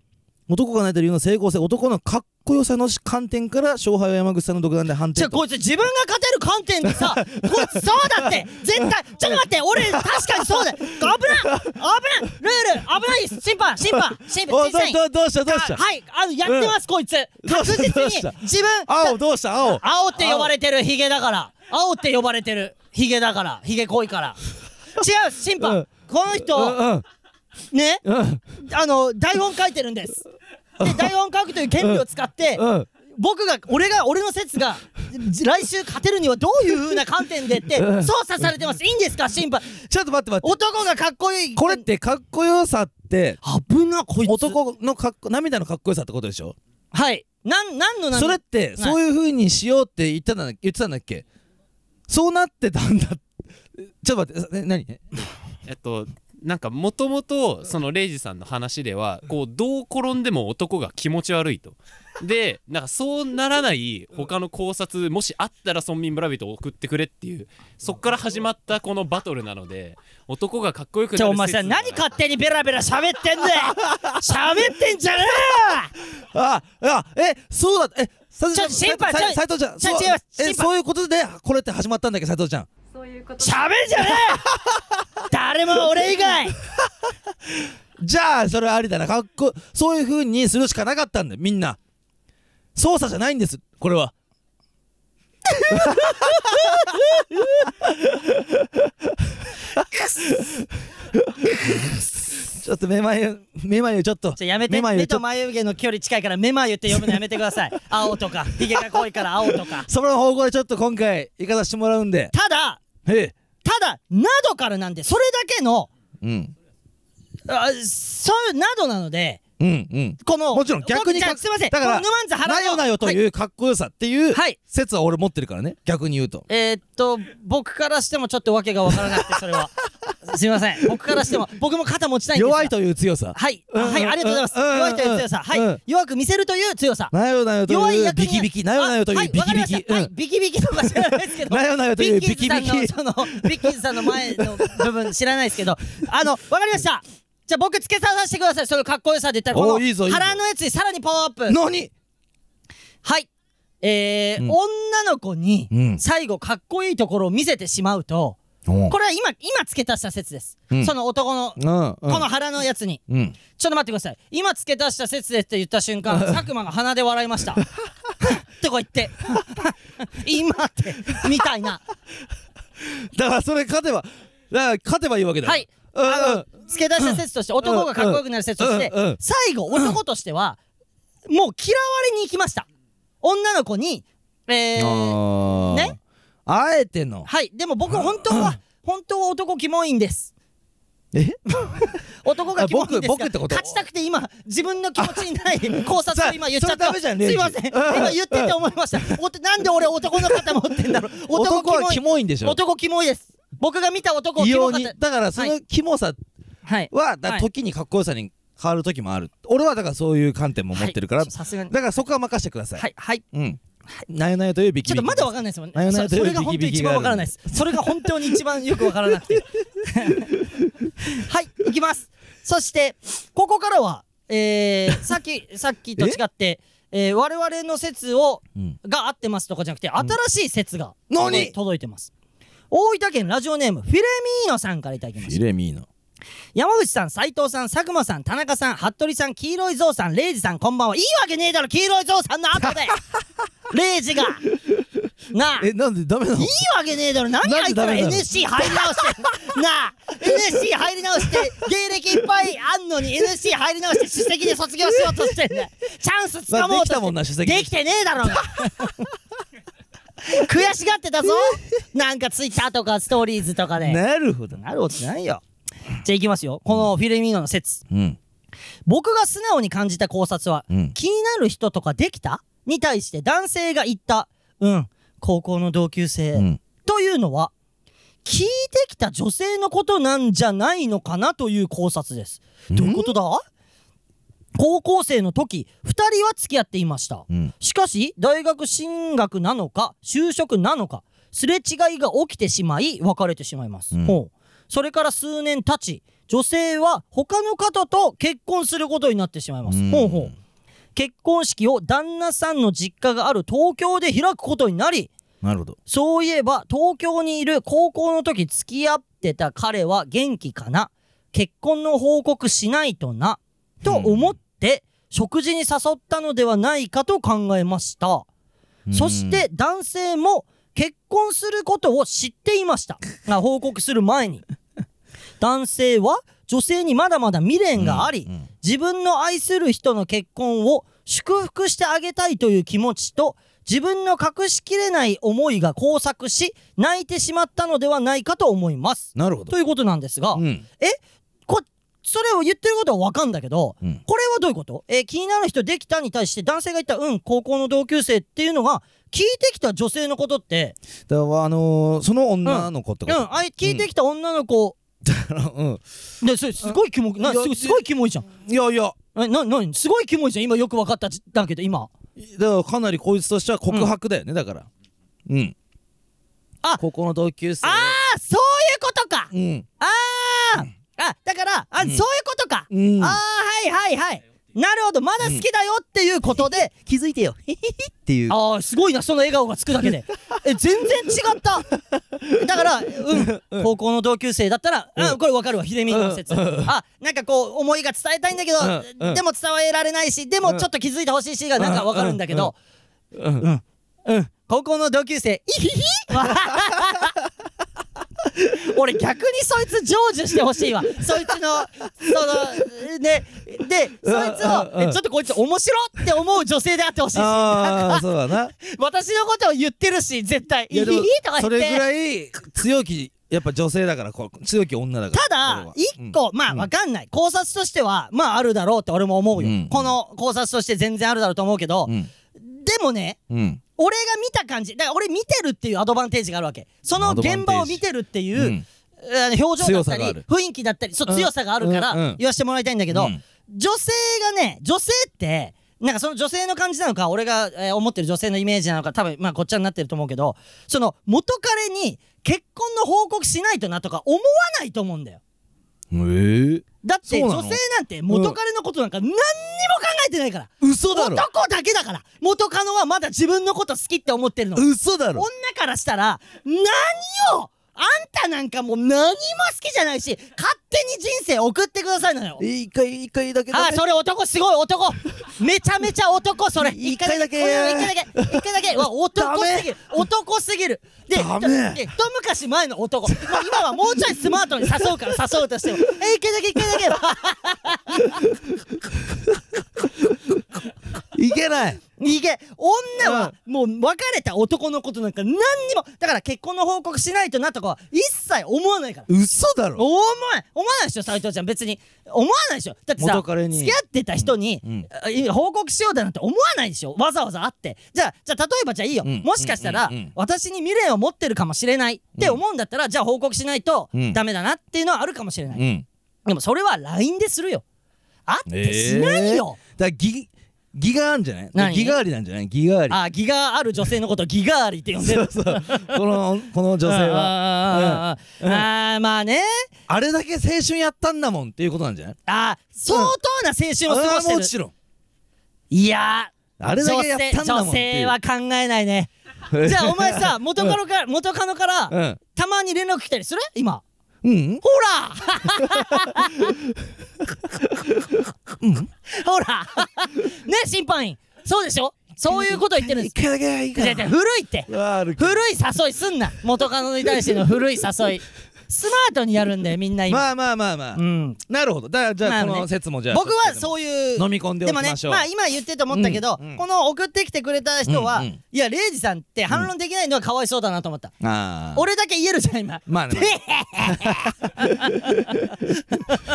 Speaker 2: 男が泣いてる理由の成功性男のかっこよさの観点から勝敗は山口さんの独断で判
Speaker 1: じ
Speaker 2: 定
Speaker 1: ゃあこいつ自分が勝てる観点で さこいつそうだって絶対ちょっと待って俺確かにそうだよ危ない危ないルール危ないです審判審判審
Speaker 2: お
Speaker 1: 判
Speaker 2: いど
Speaker 1: 審査員
Speaker 2: どどうしたどうした
Speaker 1: はいあのやってます、こいつ
Speaker 2: ど
Speaker 1: 確
Speaker 2: うした
Speaker 1: 実に
Speaker 2: どうした
Speaker 1: 自分
Speaker 2: 青どうした青
Speaker 1: 青って呼ばれてるヒゲだから青って呼ばれてるヒゲだからヒゲ濃いから違う審判、
Speaker 2: うん
Speaker 1: この
Speaker 2: う
Speaker 1: 人、
Speaker 2: ん
Speaker 1: ね
Speaker 2: うん
Speaker 1: あの台本書いてるんですで台本書くという権利を使って、
Speaker 2: うん
Speaker 1: 僕が俺が俺の説がじ来週勝てるにはどういう風な観点でって
Speaker 2: うん
Speaker 1: 操作されてますいいんですか審判
Speaker 2: ちょっと待って待って
Speaker 1: 男がかっこいい
Speaker 2: これってかっこよさって
Speaker 1: 危なこいつ
Speaker 2: 男のかっこ涙のかっこよさってことでしょ
Speaker 1: はいなんなんのなん
Speaker 2: それってそういう風にしようって言ったんだ言ってたんだっけそうなってたんだちょっと待ってえ何
Speaker 3: えっとなんかもともとそのレイジさんの話ではこうどう転んでも男が気持ち悪いと。でなんかそうならない他の考察もしあったら村民村人を送ってくれっていうそっから始まったこのバトルなので男がかっこよくなる
Speaker 1: ちょお前さ
Speaker 3: 説なら
Speaker 1: 何勝手にベラベラ喋ってんだよ喋ってんじゃね
Speaker 2: ああえそうだえ佐藤
Speaker 1: ちょ審判
Speaker 2: 斉
Speaker 1: ちょ
Speaker 2: 藤ちゃん
Speaker 1: ちょ
Speaker 2: そう
Speaker 1: 違います審
Speaker 2: え
Speaker 1: 判
Speaker 2: そういうことでこれって始まったんだっけ斉藤ちゃん
Speaker 4: そういうこと
Speaker 1: え喋んじゃねえ誰も俺以外
Speaker 2: じゃあそれはありだなかっこそういう風にするしかなかったんだよみんな操作じゃないんですこれはちょっと目眉目眉ちょっと
Speaker 1: じゃやめて
Speaker 2: 目
Speaker 1: 目
Speaker 2: 眉ちょ
Speaker 1: と
Speaker 2: っと
Speaker 1: 眉毛の距離近いから目眉って呼ぶのやめてください青とかヒゲが濃いから青とか
Speaker 2: その方向でちょっと今回行かさせてもらうんで
Speaker 1: ただ
Speaker 2: え
Speaker 1: ただなどからなんでそれだけの
Speaker 2: えうん
Speaker 1: あそうなどなので
Speaker 2: うんうん
Speaker 1: この
Speaker 2: もちろん逆
Speaker 1: 僕
Speaker 2: に
Speaker 1: じゃ
Speaker 2: か
Speaker 1: あすいません
Speaker 2: だから
Speaker 1: このヌマンズ原
Speaker 2: なよなよと
Speaker 1: う
Speaker 2: いうかっこよさっていう
Speaker 1: はい
Speaker 2: 説は俺持ってるからね逆に言うと
Speaker 1: えーっと僕からしてもちょっと訳が分からなく てそれはすいません僕からしても僕も肩持ちたいんですが
Speaker 2: 弱いという強さ
Speaker 1: はいあ
Speaker 2: うん
Speaker 1: はいありがとうございます
Speaker 2: うん
Speaker 1: 弱いという強さは
Speaker 2: うん
Speaker 1: い弱く見せるという強さ
Speaker 2: なよなよと
Speaker 1: 弱い
Speaker 2: いう
Speaker 1: 役に
Speaker 2: ビキビキなよなよと
Speaker 1: あ
Speaker 2: い
Speaker 1: は
Speaker 2: うビ
Speaker 1: わか
Speaker 2: キ
Speaker 1: り
Speaker 2: ビ
Speaker 1: まし
Speaker 2: キ
Speaker 1: た
Speaker 2: う
Speaker 1: はい
Speaker 2: ん
Speaker 1: ビキビキとか知らないですけど
Speaker 2: なよなよというビキビキ
Speaker 1: ビッキーズさんのそのビッキーズさんの前の部分知らないですけどあのわかりましたじゃあ僕付け足させてくださいそのかっこよさで言ったらこ
Speaker 2: お
Speaker 1: の
Speaker 2: いいぞいいぞ
Speaker 1: 腹のやつにさらにパワーアップ
Speaker 2: 何
Speaker 1: はい。えー
Speaker 2: うん
Speaker 1: 女の子に
Speaker 2: うん
Speaker 1: 最後かっこいいところを見せてしまうと、これは今、今付け足した説です。
Speaker 2: うん
Speaker 1: その男の、
Speaker 2: うん
Speaker 1: この腹のやつに。
Speaker 2: うん
Speaker 1: ちょっと待ってください。今付け足した説ですって言った瞬間、佐久間が鼻で笑いました。 とか言っ て、今って、みたいな。
Speaker 2: だからそれ勝てば、だから勝てばいいわけだよ
Speaker 1: はい。
Speaker 2: うんうん
Speaker 1: あの、付け出した説として、男がかっこよくなる説として
Speaker 2: うんうんうん、
Speaker 1: 最後、男としては、もう嫌われに行きました。女の子に、えー、
Speaker 2: あー
Speaker 1: ね
Speaker 2: あえての。
Speaker 1: はい、でも僕本当は、本当は男キモいんです。
Speaker 2: え
Speaker 1: 男がキモいんですが
Speaker 2: あ僕僕ってこと
Speaker 1: 勝ちたくて今自分の気持ちにない考察を今言っちゃっ
Speaker 2: さ
Speaker 1: た
Speaker 2: それダメじゃんレイ
Speaker 1: す
Speaker 2: ジ
Speaker 1: いません
Speaker 2: うん
Speaker 1: 今言ってて思いましたおなんで俺男の肩持ってんだろう
Speaker 2: 男はキ
Speaker 1: い
Speaker 2: モいんでしょ
Speaker 1: 男キモいです僕が見た男
Speaker 2: 異
Speaker 1: キモ
Speaker 2: 様
Speaker 1: かっ
Speaker 2: に
Speaker 1: た
Speaker 2: だからそ
Speaker 1: は
Speaker 2: のキモさ
Speaker 1: はい
Speaker 2: は、だか
Speaker 1: は
Speaker 2: ら
Speaker 1: い
Speaker 2: 時にかっこよさに変わる時もある、俺はだからそういう観点も持ってるから、
Speaker 1: はいさすがに
Speaker 2: だからそこは任せてください、
Speaker 1: はいはい
Speaker 2: うんなよなよというビキ
Speaker 1: ちょ
Speaker 2: ビ
Speaker 1: っとま
Speaker 2: キ
Speaker 1: だわかんないですもん
Speaker 2: マヨ
Speaker 1: ね。
Speaker 2: ネ
Speaker 1: そ
Speaker 2: ーズ
Speaker 1: それが本当に一番わからないです。それが本当に一番よくわからなくて。はい、いきます。そして、ここからは、えー、さっ き、さっきと違って、えー、我々の説を、
Speaker 2: うん
Speaker 1: が合ってますとかじゃなくて、新しい説が、
Speaker 2: 何
Speaker 1: 届いてます。大分県ラジオネーム、フィレミーノさんからいただきました
Speaker 2: フィ。レミーノ
Speaker 1: 山口さん、斉藤さん、佐久間さん、田中さん、服部さん、黄色いゾウさん、レイジさん、こんばんは。いいわけねえだろ、黄色いゾウさんの後 で。レイジが。なあ。い
Speaker 2: えなんでダメなの
Speaker 1: いわけねえだろ、何
Speaker 2: なん
Speaker 1: あ
Speaker 2: で
Speaker 1: いつら
Speaker 2: ダメなの
Speaker 1: NSC 入り直 して。なあ。NSC 入り直して、芸歴いっぱいあんのに NSC 入り直して、首席で卒業しようとしてんだよ。チャンスつかもうとして。
Speaker 2: まあできたもんな首席
Speaker 1: できてねえだ ろうが。悔しがってたぞ。なんかツイッターとかストーリーズとかで。
Speaker 2: なるほど
Speaker 1: なるわけないよ。じゃあいきますよ。このフィレミーノの説。
Speaker 2: うん
Speaker 1: 僕が素直に感じた考察は、
Speaker 2: うん
Speaker 1: 気になる人とかできたに対して男性が言った、うん、高校の同級生、
Speaker 2: うん
Speaker 1: というのは、聞いてきた女性のことなんじゃないのかなという考察です。どういうことだ高校生の時、二人は付き合っていました。
Speaker 2: うん
Speaker 1: しかし、大学進学なのか、就職なのか、すれ違いが起きてしまい、別れてしまいます。
Speaker 2: うん
Speaker 1: ほうそれから数年経ち、女性は他の方と結婚することになってしまいます。
Speaker 2: うん
Speaker 1: ほうほう結婚式を旦那さんの実家がある東京で開くことになり、
Speaker 2: なるほど
Speaker 1: そういえば東京にいる高校の時付き合ってた彼は元気かな結婚の報告しないとなと思って食事に誘ったのではないかと考えました。そして男性も結婚することを知っていました。が報告する前に。男性は女性にまだまだ未練があり、
Speaker 2: うんうん
Speaker 1: 自分の愛する人の結婚を祝福してあげたいという気持ちと、自分の隠しきれない思いが交錯し、泣いてしまったのではないかと思います。
Speaker 2: なるほど
Speaker 1: ということなんですが、
Speaker 2: うん
Speaker 1: えこそれを言ってることはわかんだけど、
Speaker 2: うん
Speaker 1: これはどういうこと、えー気になる人できたに対して男性が言った「うん高校の同級生」っていうのが聞いてきた女性のことって、
Speaker 2: だからあのーその女の子って
Speaker 1: うん、
Speaker 2: こと
Speaker 1: あい聞いてきた女の子、
Speaker 2: うん
Speaker 1: ねそれすごいキモな
Speaker 2: うんいや
Speaker 1: すごいすごいキモいじゃん
Speaker 2: いやいや
Speaker 1: えななすごいキモいじゃん今よく分かったじだけど今
Speaker 2: だからかなりこいつとしては告白だよねだからうん
Speaker 1: あ
Speaker 2: 高校の同級生
Speaker 1: ああそういうことか
Speaker 2: うん
Speaker 1: あああだからあ、そういうことか、
Speaker 2: うん
Speaker 1: ああはいはいはいなるほどまだ好きだよっていうことで、
Speaker 2: 気づ いてよっていう
Speaker 1: ああすごいなその笑顔がつくだけ でえ全然違っただから、うん、高校の同級生だったら、うんこれわかるわ秀美の説、あなんかこう思いが伝えたいんだけど、
Speaker 2: うんうん
Speaker 1: でも伝えられないしでもちょっと気づいてほしいしがなんかわかるんだけど
Speaker 2: うんうん
Speaker 1: うんうん高校の同級生イヒヒ 俺逆にそいつ成就してほしいわそいつのそのねでそいつを、
Speaker 2: うんうんうん
Speaker 1: えちょっとこいつ面白って思う女性であってほしいし
Speaker 2: ああそうだな
Speaker 1: 私のことを言ってるし絶 対「いい」とか言
Speaker 2: そ
Speaker 1: って
Speaker 2: れぐらい強きやっぱ女性だからこう強き女だから
Speaker 1: た
Speaker 2: 俺
Speaker 1: だ
Speaker 2: は
Speaker 1: 一個、まあわかんない考察としてはまああるだろうって俺も思うよ、
Speaker 2: うん
Speaker 1: この考察として全然あるだろうと思うけど、
Speaker 2: うん
Speaker 1: でもね
Speaker 2: うん
Speaker 1: 俺が見た感じだから俺見てるっていうアドバンテージがあるわけその
Speaker 2: アドバンテージ
Speaker 1: 現場を見てるっていうう、
Speaker 2: ん
Speaker 1: えー表情だ
Speaker 2: 強
Speaker 1: った
Speaker 2: さ
Speaker 1: り
Speaker 2: がある
Speaker 1: 雰囲気だったりそううん強さがあるから
Speaker 2: うんうん
Speaker 1: 言わせてもらいたいんだけど、
Speaker 2: うん
Speaker 1: 女性がね女性ってなんかその女性の感じなのか俺が、えー思ってる女性のイメージなのか多分まあこっちゃになってると思うけどその元彼に結婚の報告しないとなとか思わないと思うんだよ
Speaker 2: えー
Speaker 1: だって
Speaker 2: そうな
Speaker 1: 女
Speaker 2: の
Speaker 1: 性なんて元彼のことなんか何にも考えてないから、
Speaker 2: 嘘だろ
Speaker 1: 男だけだから元カノはまだ自分のこと好きって思ってるの
Speaker 2: 嘘だろ
Speaker 1: 女からしたら何をたなんかもう何も好きじゃないし勝手に人生送ってくださいなのよ
Speaker 2: え一回一回だけだ
Speaker 1: あ
Speaker 2: ね
Speaker 1: それ男すごい男めちゃめちゃ男それ
Speaker 2: 一回だけ
Speaker 1: 一回だけ一回 だけうわ男すぎる男すぎるで
Speaker 2: ダメ
Speaker 1: とで一昔前の男もう今はもうちょいスマートに誘うから誘うとしてもえ一回だけ一回だけ
Speaker 2: いけない
Speaker 1: 逃げ女はもう別れた男のことなんか何にもだから結婚の報告しないとなとかは一切思わないから
Speaker 2: 嘘だろ
Speaker 1: 思わない思わないでしょ斉藤ちゃん別に思わないでしょだってさ
Speaker 2: 元彼に
Speaker 1: 付き合ってた人に、
Speaker 2: うん
Speaker 1: あ報告しようだなんて思わないでしょわざわざ会ってじゃあじゃあ例えばじゃあいいよ、
Speaker 2: うん
Speaker 1: もしかしたら、
Speaker 2: うんうんうん
Speaker 1: 私に未練を持ってるかもしれないって思うんだったら、じゃあ報告しないと
Speaker 2: うん
Speaker 1: ダメだなっていうのはあるかもしれない、
Speaker 2: うん
Speaker 1: でもそれは LINE でするよ会ってしないよ、
Speaker 2: だからギギガあんじゃない
Speaker 1: 何
Speaker 2: ギガありなんじゃないギガあり
Speaker 1: あギガある女性のことをギガありって呼んでる
Speaker 2: そうそうこのこの女性は
Speaker 1: はあーあーまあね
Speaker 2: あれだけ青春やったんだもんっていうことなんじゃない
Speaker 1: あー相当な青春を過ご
Speaker 2: あ
Speaker 1: して
Speaker 2: ー
Speaker 1: る
Speaker 2: もちろん
Speaker 1: いやー
Speaker 2: あれだけやったんだもん
Speaker 1: 女
Speaker 2: っ
Speaker 1: 性
Speaker 2: ていう
Speaker 1: 女性は考えないねじゃあお前さ元カノから元カノから、
Speaker 2: うん
Speaker 1: たまに連絡来たりする今
Speaker 2: うん
Speaker 1: ほらほらね審判員そうでしょそういうこと言ってるんです
Speaker 2: 一回だけいいか
Speaker 1: じゃあ
Speaker 2: な
Speaker 1: じゃあ古いって
Speaker 2: うわあるけど
Speaker 1: 古い誘いすんな元カノに対しての古い誘いスマートにやるんだよみんな今、
Speaker 2: まあまあまあまあ
Speaker 1: うん
Speaker 2: なるほどだからじゃ
Speaker 1: まあ
Speaker 2: あ
Speaker 1: ね
Speaker 2: この説もじゃあ
Speaker 1: 僕は
Speaker 2: う
Speaker 1: そういう
Speaker 2: 飲み込んでお
Speaker 1: で
Speaker 2: き
Speaker 1: もね
Speaker 2: ましょう
Speaker 1: まあ今言ってて思ったけど、
Speaker 2: うんうん
Speaker 1: この送ってきてくれた人は、
Speaker 2: うんうん
Speaker 1: いやレイジさんって反論できないのはかわいそうだなと思った、
Speaker 2: あー
Speaker 1: 俺だけ言えるじゃん 今
Speaker 2: まあね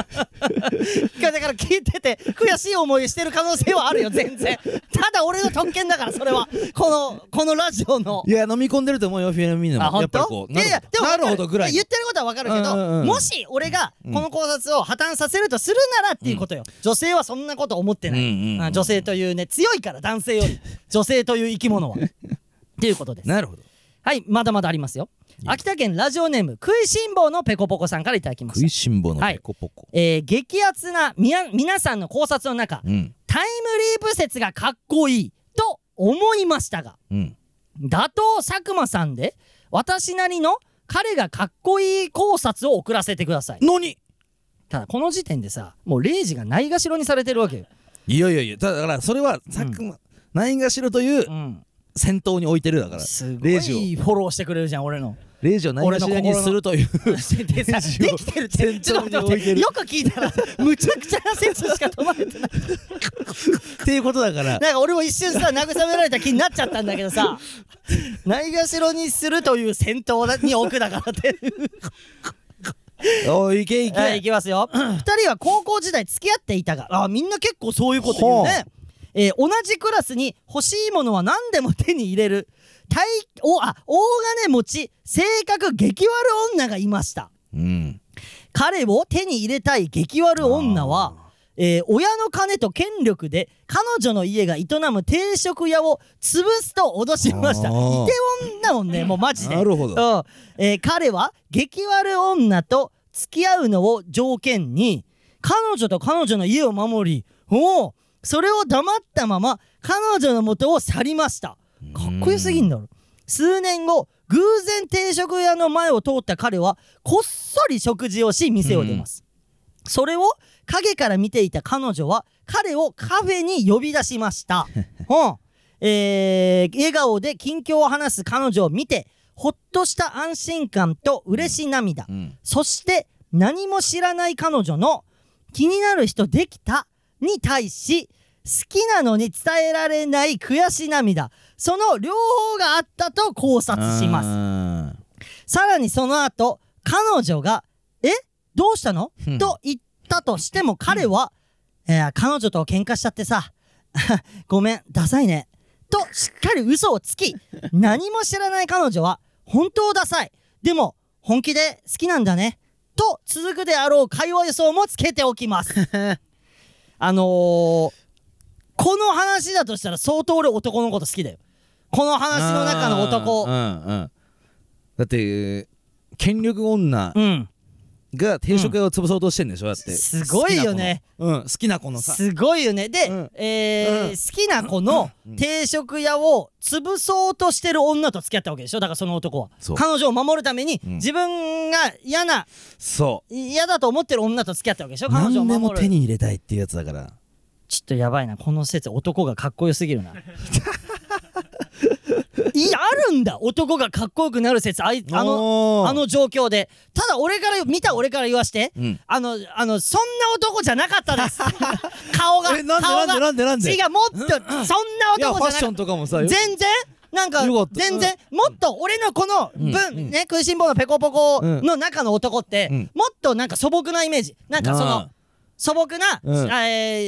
Speaker 1: だから聞いてて悔しい思いしてる可能性はあるよ全然ただ俺の特権だからそれはこのこのラジオの
Speaker 2: いや飲み込んでると思うよフィルミーナ
Speaker 1: あ
Speaker 2: も
Speaker 1: 本
Speaker 2: やっぱり
Speaker 1: 当
Speaker 2: こうなるほどなるほどぐらい
Speaker 1: 言ってることは分かるけど、
Speaker 2: うんうんうん
Speaker 1: もし俺がこの考察を破綻させるとするならっていうことよ、女性はそんなこと思ってない、
Speaker 2: うんうんうん
Speaker 1: あ女性というね強いから男性よ り女性という生き物はっていうことです
Speaker 2: なるほど
Speaker 1: はいまだまだありますよ秋田県ラジオネーム食いしん坊のぺこぽこさんからいただきま
Speaker 2: 食
Speaker 1: し
Speaker 2: い
Speaker 1: た、
Speaker 2: しん坊のペコポコ
Speaker 1: えー激アツなみや皆さんの考察の中、
Speaker 2: うん
Speaker 1: タイムリープ説がかっこいいと思いましたが
Speaker 2: うん
Speaker 1: 打倒佐久間さんで私なりの彼がかっこいい考察を送らせてください
Speaker 2: のに
Speaker 1: ただこの時点でさもうレイジがないがしろにされてるわけよ、
Speaker 2: いやいやいやだからそれは佐久間ないがしろという
Speaker 1: うん、
Speaker 2: 先頭に置いてるだから
Speaker 1: すご
Speaker 2: レイジを
Speaker 1: いフォローしてくれるじゃん俺の
Speaker 2: レイジをないがしろにするという
Speaker 1: でさできてるってちょっと待って待ってよく聞いたらむちゃくちゃな説しか止まれてない
Speaker 2: っていうことだ か
Speaker 1: な
Speaker 2: ら
Speaker 1: んか俺も一瞬さ慰められた気になっちゃったんだけどさないがしろにするという戦闘だに置くだから って
Speaker 2: おいいけいけ、
Speaker 1: はい、いきますよ。二人は高校時代付き合っていたが、あ、みんな結構そういうこと言う
Speaker 2: ほ
Speaker 1: ね。えー同じクラスに欲しいものは何でも手に入れる、大、お、あ、大金持ち、性格激悪女がいました。
Speaker 2: うん
Speaker 1: 彼を手に入れたい激悪女は、えー親の金と権力で彼女の家が営む定食屋を潰すと脅しました。イ
Speaker 2: あ
Speaker 1: テ
Speaker 2: ー
Speaker 1: ウォンだもんね、もうマジで。
Speaker 2: なるほど
Speaker 1: うんえー彼は激悪女と付き合うのを条件に、彼女と彼女の家を守り、おうそれを黙ったまま彼女の元を去りました。かっこよすぎんだろ。数年後、偶然定食屋の前を通った彼は、こっそり食事をし、店を出ます。それを影から見ていた彼女は彼をカフェに呼び出しました。うんえー笑顔で近況を話す彼女を見てほっとした安心感と嬉し涙、
Speaker 2: うん
Speaker 1: そして何も知らない彼女の「気になる人できた」に対し好きなのに伝えられない悔し涙その両方があったと考察します。
Speaker 2: ます
Speaker 1: さらにその後、彼女が、えどうしたの
Speaker 2: うん
Speaker 1: と言ったとしても彼は、えー彼女と喧嘩しちゃってさ、 ごめん、ダサいね。と、しっかり嘘をつき、何も知らない彼女は、本当ダサい。でも、本気で好きなんだね。と、続くであろう会話予想もつけておき ます。あのー、この話だとしたら相当俺男のこと好きだよ。この話の中の
Speaker 2: う
Speaker 1: 男。
Speaker 2: んうんだって権力女
Speaker 1: うん。
Speaker 2: が定食屋を潰そうとしてんでしょだって
Speaker 1: すごいよね
Speaker 2: 好きな子のうん好きな子のさ
Speaker 1: すごいよねで、
Speaker 2: うん
Speaker 1: えー
Speaker 2: うん
Speaker 1: 好きな子の
Speaker 2: うん
Speaker 1: 定食屋を潰そうとしてる女と付き合ったわけでしょだからその男は
Speaker 2: そう
Speaker 1: 彼女を守るために、
Speaker 2: うん
Speaker 1: 自分が嫌な
Speaker 2: そ
Speaker 1: 嫌だと思ってる女と付き合ったわけでしょ
Speaker 2: う
Speaker 1: 彼女を
Speaker 2: 何で
Speaker 1: 守
Speaker 2: も
Speaker 1: る
Speaker 2: 手に入れたいっていうやつだから
Speaker 1: ちょっとやばいなこの説男がかっこよす ぎるないやあるんだ男がかっこよくなる説あいあ
Speaker 2: お
Speaker 1: の
Speaker 2: ー
Speaker 1: あの状況でただ俺から見た俺から言わして、
Speaker 2: うん
Speaker 1: あのあのそんな男じゃなかった です顔が
Speaker 2: えなんで
Speaker 1: 顔が
Speaker 2: なんでなんでなんで
Speaker 1: 違うもっとそんない
Speaker 2: やファ
Speaker 1: 男
Speaker 2: ッ
Speaker 1: じゃな
Speaker 2: シ
Speaker 1: か
Speaker 2: ョ
Speaker 1: っ
Speaker 2: ンとかもさ
Speaker 1: た全然なんか
Speaker 2: よかった
Speaker 1: 全然もっと俺のこの
Speaker 2: ん
Speaker 1: 分、
Speaker 2: うん
Speaker 1: ね食いしん坊のペコペコ
Speaker 2: うん
Speaker 1: の中の男って、
Speaker 2: うん
Speaker 1: もっとなんか素朴なイメージなんかその
Speaker 2: あ
Speaker 1: 素朴な、
Speaker 2: うん
Speaker 1: え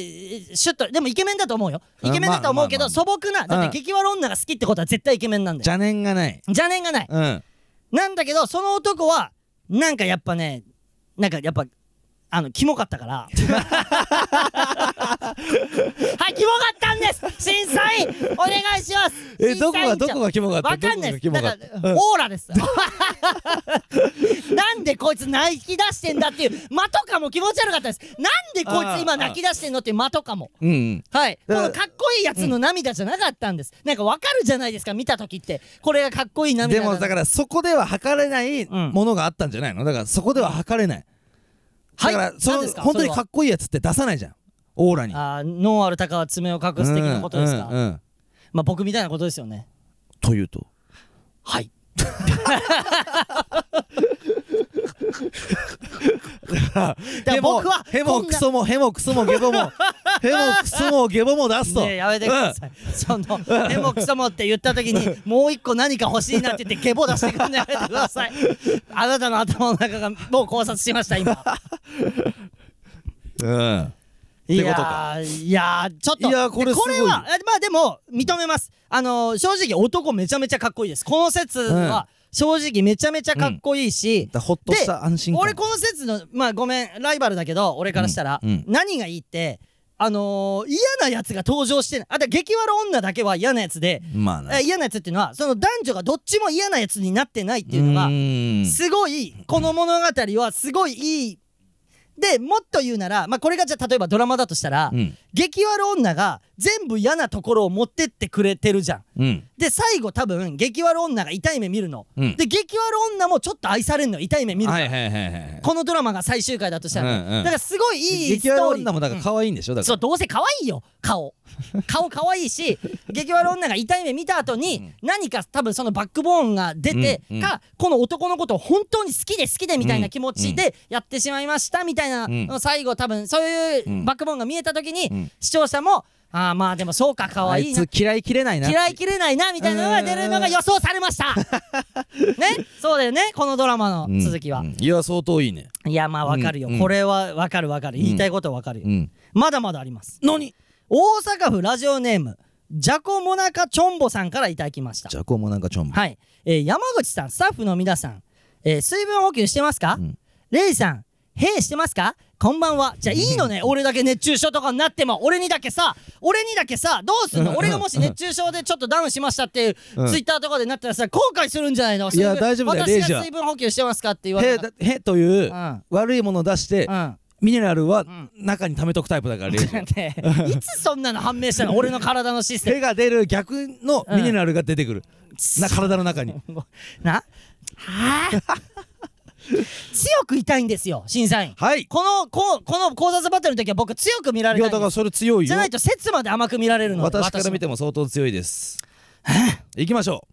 Speaker 1: ーシュッとでもイケメンだと思うよ
Speaker 2: あ
Speaker 1: イケメンだと思うけど、
Speaker 2: まあまあ
Speaker 1: 素朴なだっ
Speaker 2: うん
Speaker 1: て激悪女が好きってことは絶対イケメンなんだよ
Speaker 2: 邪念がない
Speaker 1: 邪念がない
Speaker 2: うん
Speaker 1: なんだけどその男はなんかやっぱねなんかやっぱあのキモかったから はいキモかったんです審査員お願いします
Speaker 2: え
Speaker 1: 審
Speaker 2: どこ
Speaker 1: 査員
Speaker 2: が
Speaker 1: 長
Speaker 2: どこがキモかった
Speaker 1: わかんないです。
Speaker 2: どこ
Speaker 1: だ
Speaker 2: が
Speaker 1: か
Speaker 2: キモ
Speaker 1: ら
Speaker 2: か、った
Speaker 1: オーラです。 なんでこいつ泣き出してんだっていう、間とかも気持ち悪かったです。なんでこいつ今泣き出してんのっていう間とかも。
Speaker 2: うんうん
Speaker 1: はい。こ
Speaker 2: だから
Speaker 1: のかっこいいやつの涙じゃなかったんです。なんかわかるじゃないですか、見た時って。これがかっこいい
Speaker 2: で
Speaker 1: 涙
Speaker 2: もだからそこでは測れない
Speaker 1: うん
Speaker 2: ものがあったんじゃないのだからそこでは測れない
Speaker 1: は
Speaker 2: だ
Speaker 1: い
Speaker 2: からそ
Speaker 1: 何
Speaker 2: の
Speaker 1: ですか
Speaker 2: 本当
Speaker 1: そ
Speaker 2: に
Speaker 1: れは
Speaker 2: かっこいいやつって出さないじゃんオーラに
Speaker 1: あーノンアルタカは爪を隠す的なことですか。
Speaker 2: うんうんうん
Speaker 1: まあ僕みたいなことですよね。
Speaker 2: というと
Speaker 1: はい。だから僕は
Speaker 2: ヘ
Speaker 1: こ
Speaker 2: も
Speaker 1: んな
Speaker 2: クソもヘもクソもゲ ボもヘもクソもゲボも出すと
Speaker 1: ねえやめてください、その「でもクソも」って言った時にもう一個何か欲しいなって言ってゲボ出してくるのやめてくださいあなたの頭の中がもう考察しました今
Speaker 2: うんうん
Speaker 1: い
Speaker 2: て
Speaker 1: や
Speaker 2: こと
Speaker 1: ーいやーちょっと
Speaker 2: いやーこれすごい
Speaker 1: ではえまあでも認めますあのー正直男めちゃめちゃかっこいいですこの説は正直めちゃめちゃかっこいいし
Speaker 2: だ、からほっとした安心感
Speaker 1: 俺この説のまあごめんライバルだけど俺からしたら、
Speaker 2: うんうん
Speaker 1: 何がいいってあのー嫌なやつが登場してないあと激悪女だけは嫌なやつで、
Speaker 2: まあな
Speaker 1: え嫌なやつっていうのはその男女がどっちも嫌なやつになってないっていうの
Speaker 2: う
Speaker 1: が
Speaker 2: ーん
Speaker 1: すごいこの物語はすごいいいでもっと言うなら、まあ、これがじゃあ例えばドラマだとしたら、
Speaker 2: うん
Speaker 1: 激悪女が全部嫌なところを持ってってくれてるじゃん
Speaker 2: うん
Speaker 1: で最後多分激悪女が痛い目見るの、
Speaker 2: うん
Speaker 1: で激悪女もちょっと愛されるの痛い目見るの、
Speaker 2: はいはいはいはい
Speaker 1: このドラマが最終回だとしたらね、
Speaker 2: うんうん
Speaker 1: だからすごいいいス
Speaker 2: 激
Speaker 1: トー
Speaker 2: 悪
Speaker 1: リー
Speaker 2: 女もだから可愛いんでしょだか
Speaker 1: そう
Speaker 2: ら
Speaker 1: どうせ可愛いよ顔顔可愛い し激悪女が痛い目見た後に何か多分そのバックボーンが出て
Speaker 2: うんうん
Speaker 1: かこの男のことを本当に好きで好きでみたいな気持ちでやってしまいましたみたいな
Speaker 2: うん
Speaker 1: の最後多分そういううんバックボーンが見えた時
Speaker 2: う
Speaker 1: に
Speaker 2: ん
Speaker 1: 視聴者もああまあでもそうか可
Speaker 2: あ
Speaker 1: 愛
Speaker 2: い
Speaker 1: いな
Speaker 2: つ嫌いきれないな
Speaker 1: 嫌いきれないなみたいなのが出るのが予想されました ねそうだよねこのドラマ
Speaker 2: うん
Speaker 1: の続きは
Speaker 2: うんいや相当いいね
Speaker 1: いやまあわかるよ
Speaker 2: うんうん
Speaker 1: これはわかるわかる言いたいことはわかるよ
Speaker 2: うん
Speaker 1: まだまだあります
Speaker 2: 何
Speaker 1: 大阪府ラジオネームジャコモナカチョンボさんからいただきました
Speaker 2: じゃあこうもなんかちょんぼ
Speaker 1: はい、えー山口さんスタッフの皆さん、えー水分補給してますか、
Speaker 2: うん
Speaker 1: レイさんへいしてますかこんばんはじゃあいいのね俺だけ熱中症とかになっても俺にだけさ俺にだけさどうすん
Speaker 2: う
Speaker 1: の
Speaker 2: ん
Speaker 1: 俺がもし熱中症でちょっとダウンしましたっていう
Speaker 2: うん
Speaker 1: ツイッターとかでなったらさ後悔するんじゃないの
Speaker 2: いや
Speaker 1: 水分
Speaker 2: 大丈夫だよレイ
Speaker 1: 私
Speaker 2: ジ
Speaker 1: が
Speaker 2: は
Speaker 1: 水分補給してますかって言われ
Speaker 2: へ
Speaker 1: たら
Speaker 2: へという
Speaker 1: うん
Speaker 2: 悪いものを出して
Speaker 1: うん
Speaker 2: ミネラルは
Speaker 1: ん
Speaker 2: 中に溜めとくタイプだからレイジ は
Speaker 1: ねえいつそんなの判明したの俺の体のシステム
Speaker 2: 手が出る逆のミネラルが出てくるな体の中に
Speaker 1: な はあ強くいたいんですよ審査員
Speaker 2: はい
Speaker 1: このこうこの考察バトルの時は僕強く見ら
Speaker 2: い
Speaker 1: れた
Speaker 2: や
Speaker 1: いん
Speaker 2: だか
Speaker 1: で
Speaker 2: ら
Speaker 1: す
Speaker 2: それ強い
Speaker 1: じゃ
Speaker 2: よ
Speaker 1: ないと説まで甘く見られるので
Speaker 2: 私から見
Speaker 1: も
Speaker 2: ても相当強いです行きましょ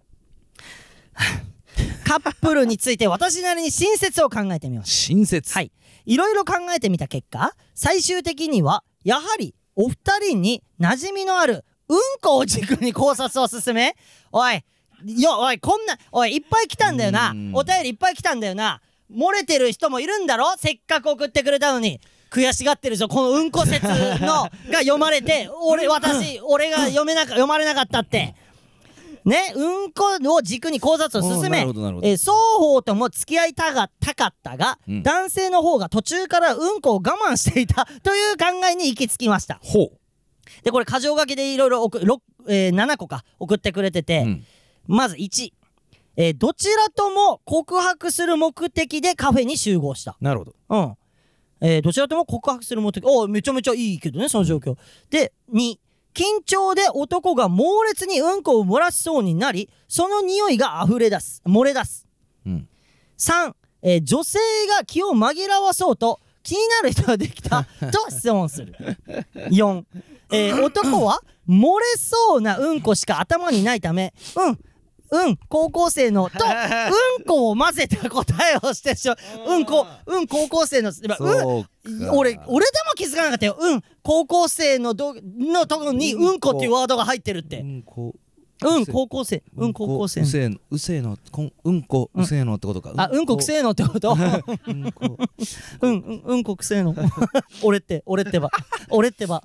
Speaker 1: カップルについて私なりに親切を考えてみま
Speaker 2: う
Speaker 1: した
Speaker 2: 親切
Speaker 1: はいいろいろ考えてみた結果最終的にはやはりお二人に馴染みのあるうんこを軸に考察を進めおいよおいこんなおいいっぱい来たんだよな
Speaker 2: うん
Speaker 1: お便りいっぱい来たんだよな漏れてる人もいるんだろせっかく送ってくれたのに悔しがってるでしょこのうんこ説のが読まれて俺私俺が読めなか読まれなかったってねうんこを軸に考察を進め
Speaker 2: おーなるほどなるほど
Speaker 1: えー双方とも付き合いたがたかったが、
Speaker 2: うん
Speaker 1: 男性の方が途中からうんこを我慢していた という考えに行き着きました
Speaker 2: ほ
Speaker 1: でこれ箇条書きでいろいろ送ろえー7個か送ってくれて
Speaker 2: う
Speaker 1: て、
Speaker 2: うん
Speaker 1: まず1えーどちらとも告白する目的でカフェに集合した。
Speaker 2: なるほど
Speaker 1: うん。えーどちらとも告白する目的。おうめちゃめちゃいいけどね、その状況。で、2、緊張で男が猛烈にうんこを漏らしそうになり、その匂いが溢れ出す。漏れ出す。
Speaker 2: うん
Speaker 1: 3、えー女性が気を紛らわそうと、気になる人ができた と質問する。4、えー男は漏れそうなうんこしか頭にないため、うん、うん、高校生の、 と、うんこを混ぜた答えをしてしまう。うんこ、うん、高校生の、今うん、
Speaker 2: そうか
Speaker 1: 俺、俺でも気づかなかったよ。うん、高校生のど、のとこに、うんこっていうワードが入ってるっ
Speaker 2: う
Speaker 1: て。
Speaker 2: んこ
Speaker 1: うん、高校生。うん、高校生
Speaker 2: う。せえのうせえのこんうんこうせえのってことか
Speaker 1: あ、うんこくせえのってこと
Speaker 2: うんこ
Speaker 1: うん、うん、うんこくせえの。 俺って、俺ってば。 俺ってば。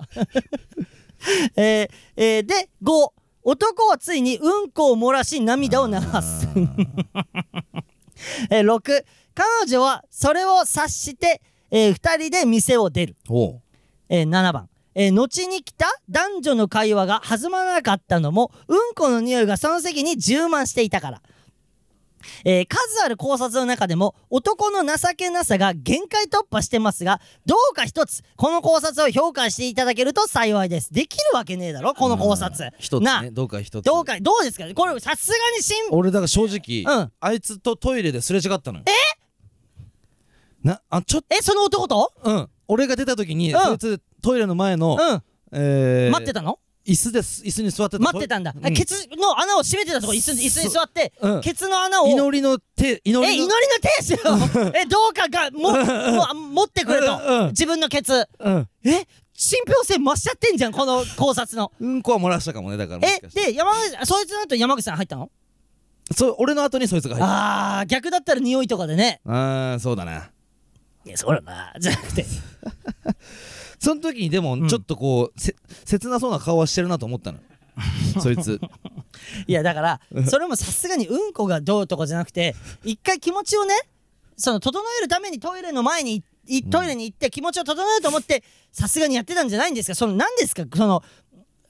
Speaker 1: えー、えーで、5。男はついにうんこを漏らし涙を流す。 えー、6。彼女はそれを察して、えー、2人で店を出る。
Speaker 2: おう
Speaker 1: えー7番、えー後に来た男女の会話が弾まなかったのもうんこの匂いがその席に充満していたから、えー数ある考察の中でも男の情けなさが限界突破してますがどうか一つこの考察を評価していただけると幸いですできるわけねえだろこの考察
Speaker 2: 一つ
Speaker 1: なあ
Speaker 2: ねどうか一つ
Speaker 1: どうかどうですかこれさすがに新
Speaker 2: 俺だから正直、
Speaker 1: うん
Speaker 2: あいつとトイレですれ違ったのよえなあちょっ
Speaker 1: えその男と
Speaker 2: とうん俺が出た時に、
Speaker 1: うん
Speaker 2: そいつトイレの前の、
Speaker 1: うん、
Speaker 2: えー、
Speaker 1: 待ってたの
Speaker 2: 椅子です椅子に座ってた
Speaker 1: 待ってたんだ、
Speaker 2: う
Speaker 1: あケツの穴を閉めてたとこ椅子に椅子に座って、
Speaker 2: うん
Speaker 1: ケツの穴を
Speaker 2: 祈りの手祈
Speaker 1: え
Speaker 2: り
Speaker 1: 祈り
Speaker 2: の
Speaker 1: の天使 をえどうかがもも持ってくれと、
Speaker 2: うんうん
Speaker 1: 自分のケツ
Speaker 2: うん
Speaker 1: え信憑性増しちゃってんじゃんこの考察の
Speaker 2: うんこは漏らしたかもねだ からもし
Speaker 1: え
Speaker 2: かして
Speaker 1: で山口そいつの後山口さん入ったの
Speaker 2: そう俺の後にそいつが入った
Speaker 1: あー逆だったら匂いとかでね
Speaker 2: あーそうだない
Speaker 1: やそらな じゃなくて
Speaker 2: その時にでも
Speaker 1: ん
Speaker 2: ちょっとこう、せ切なそうな顔はしてるなと 思ったのそいつ
Speaker 1: いやだからそれもさすがにうんこがどうとかじゃなくて一回気持ちをねその整えるためにトイレの前にいトイレに行って気持ちを整えると思ってさすがにやってたんじゃないんですかその何ですかその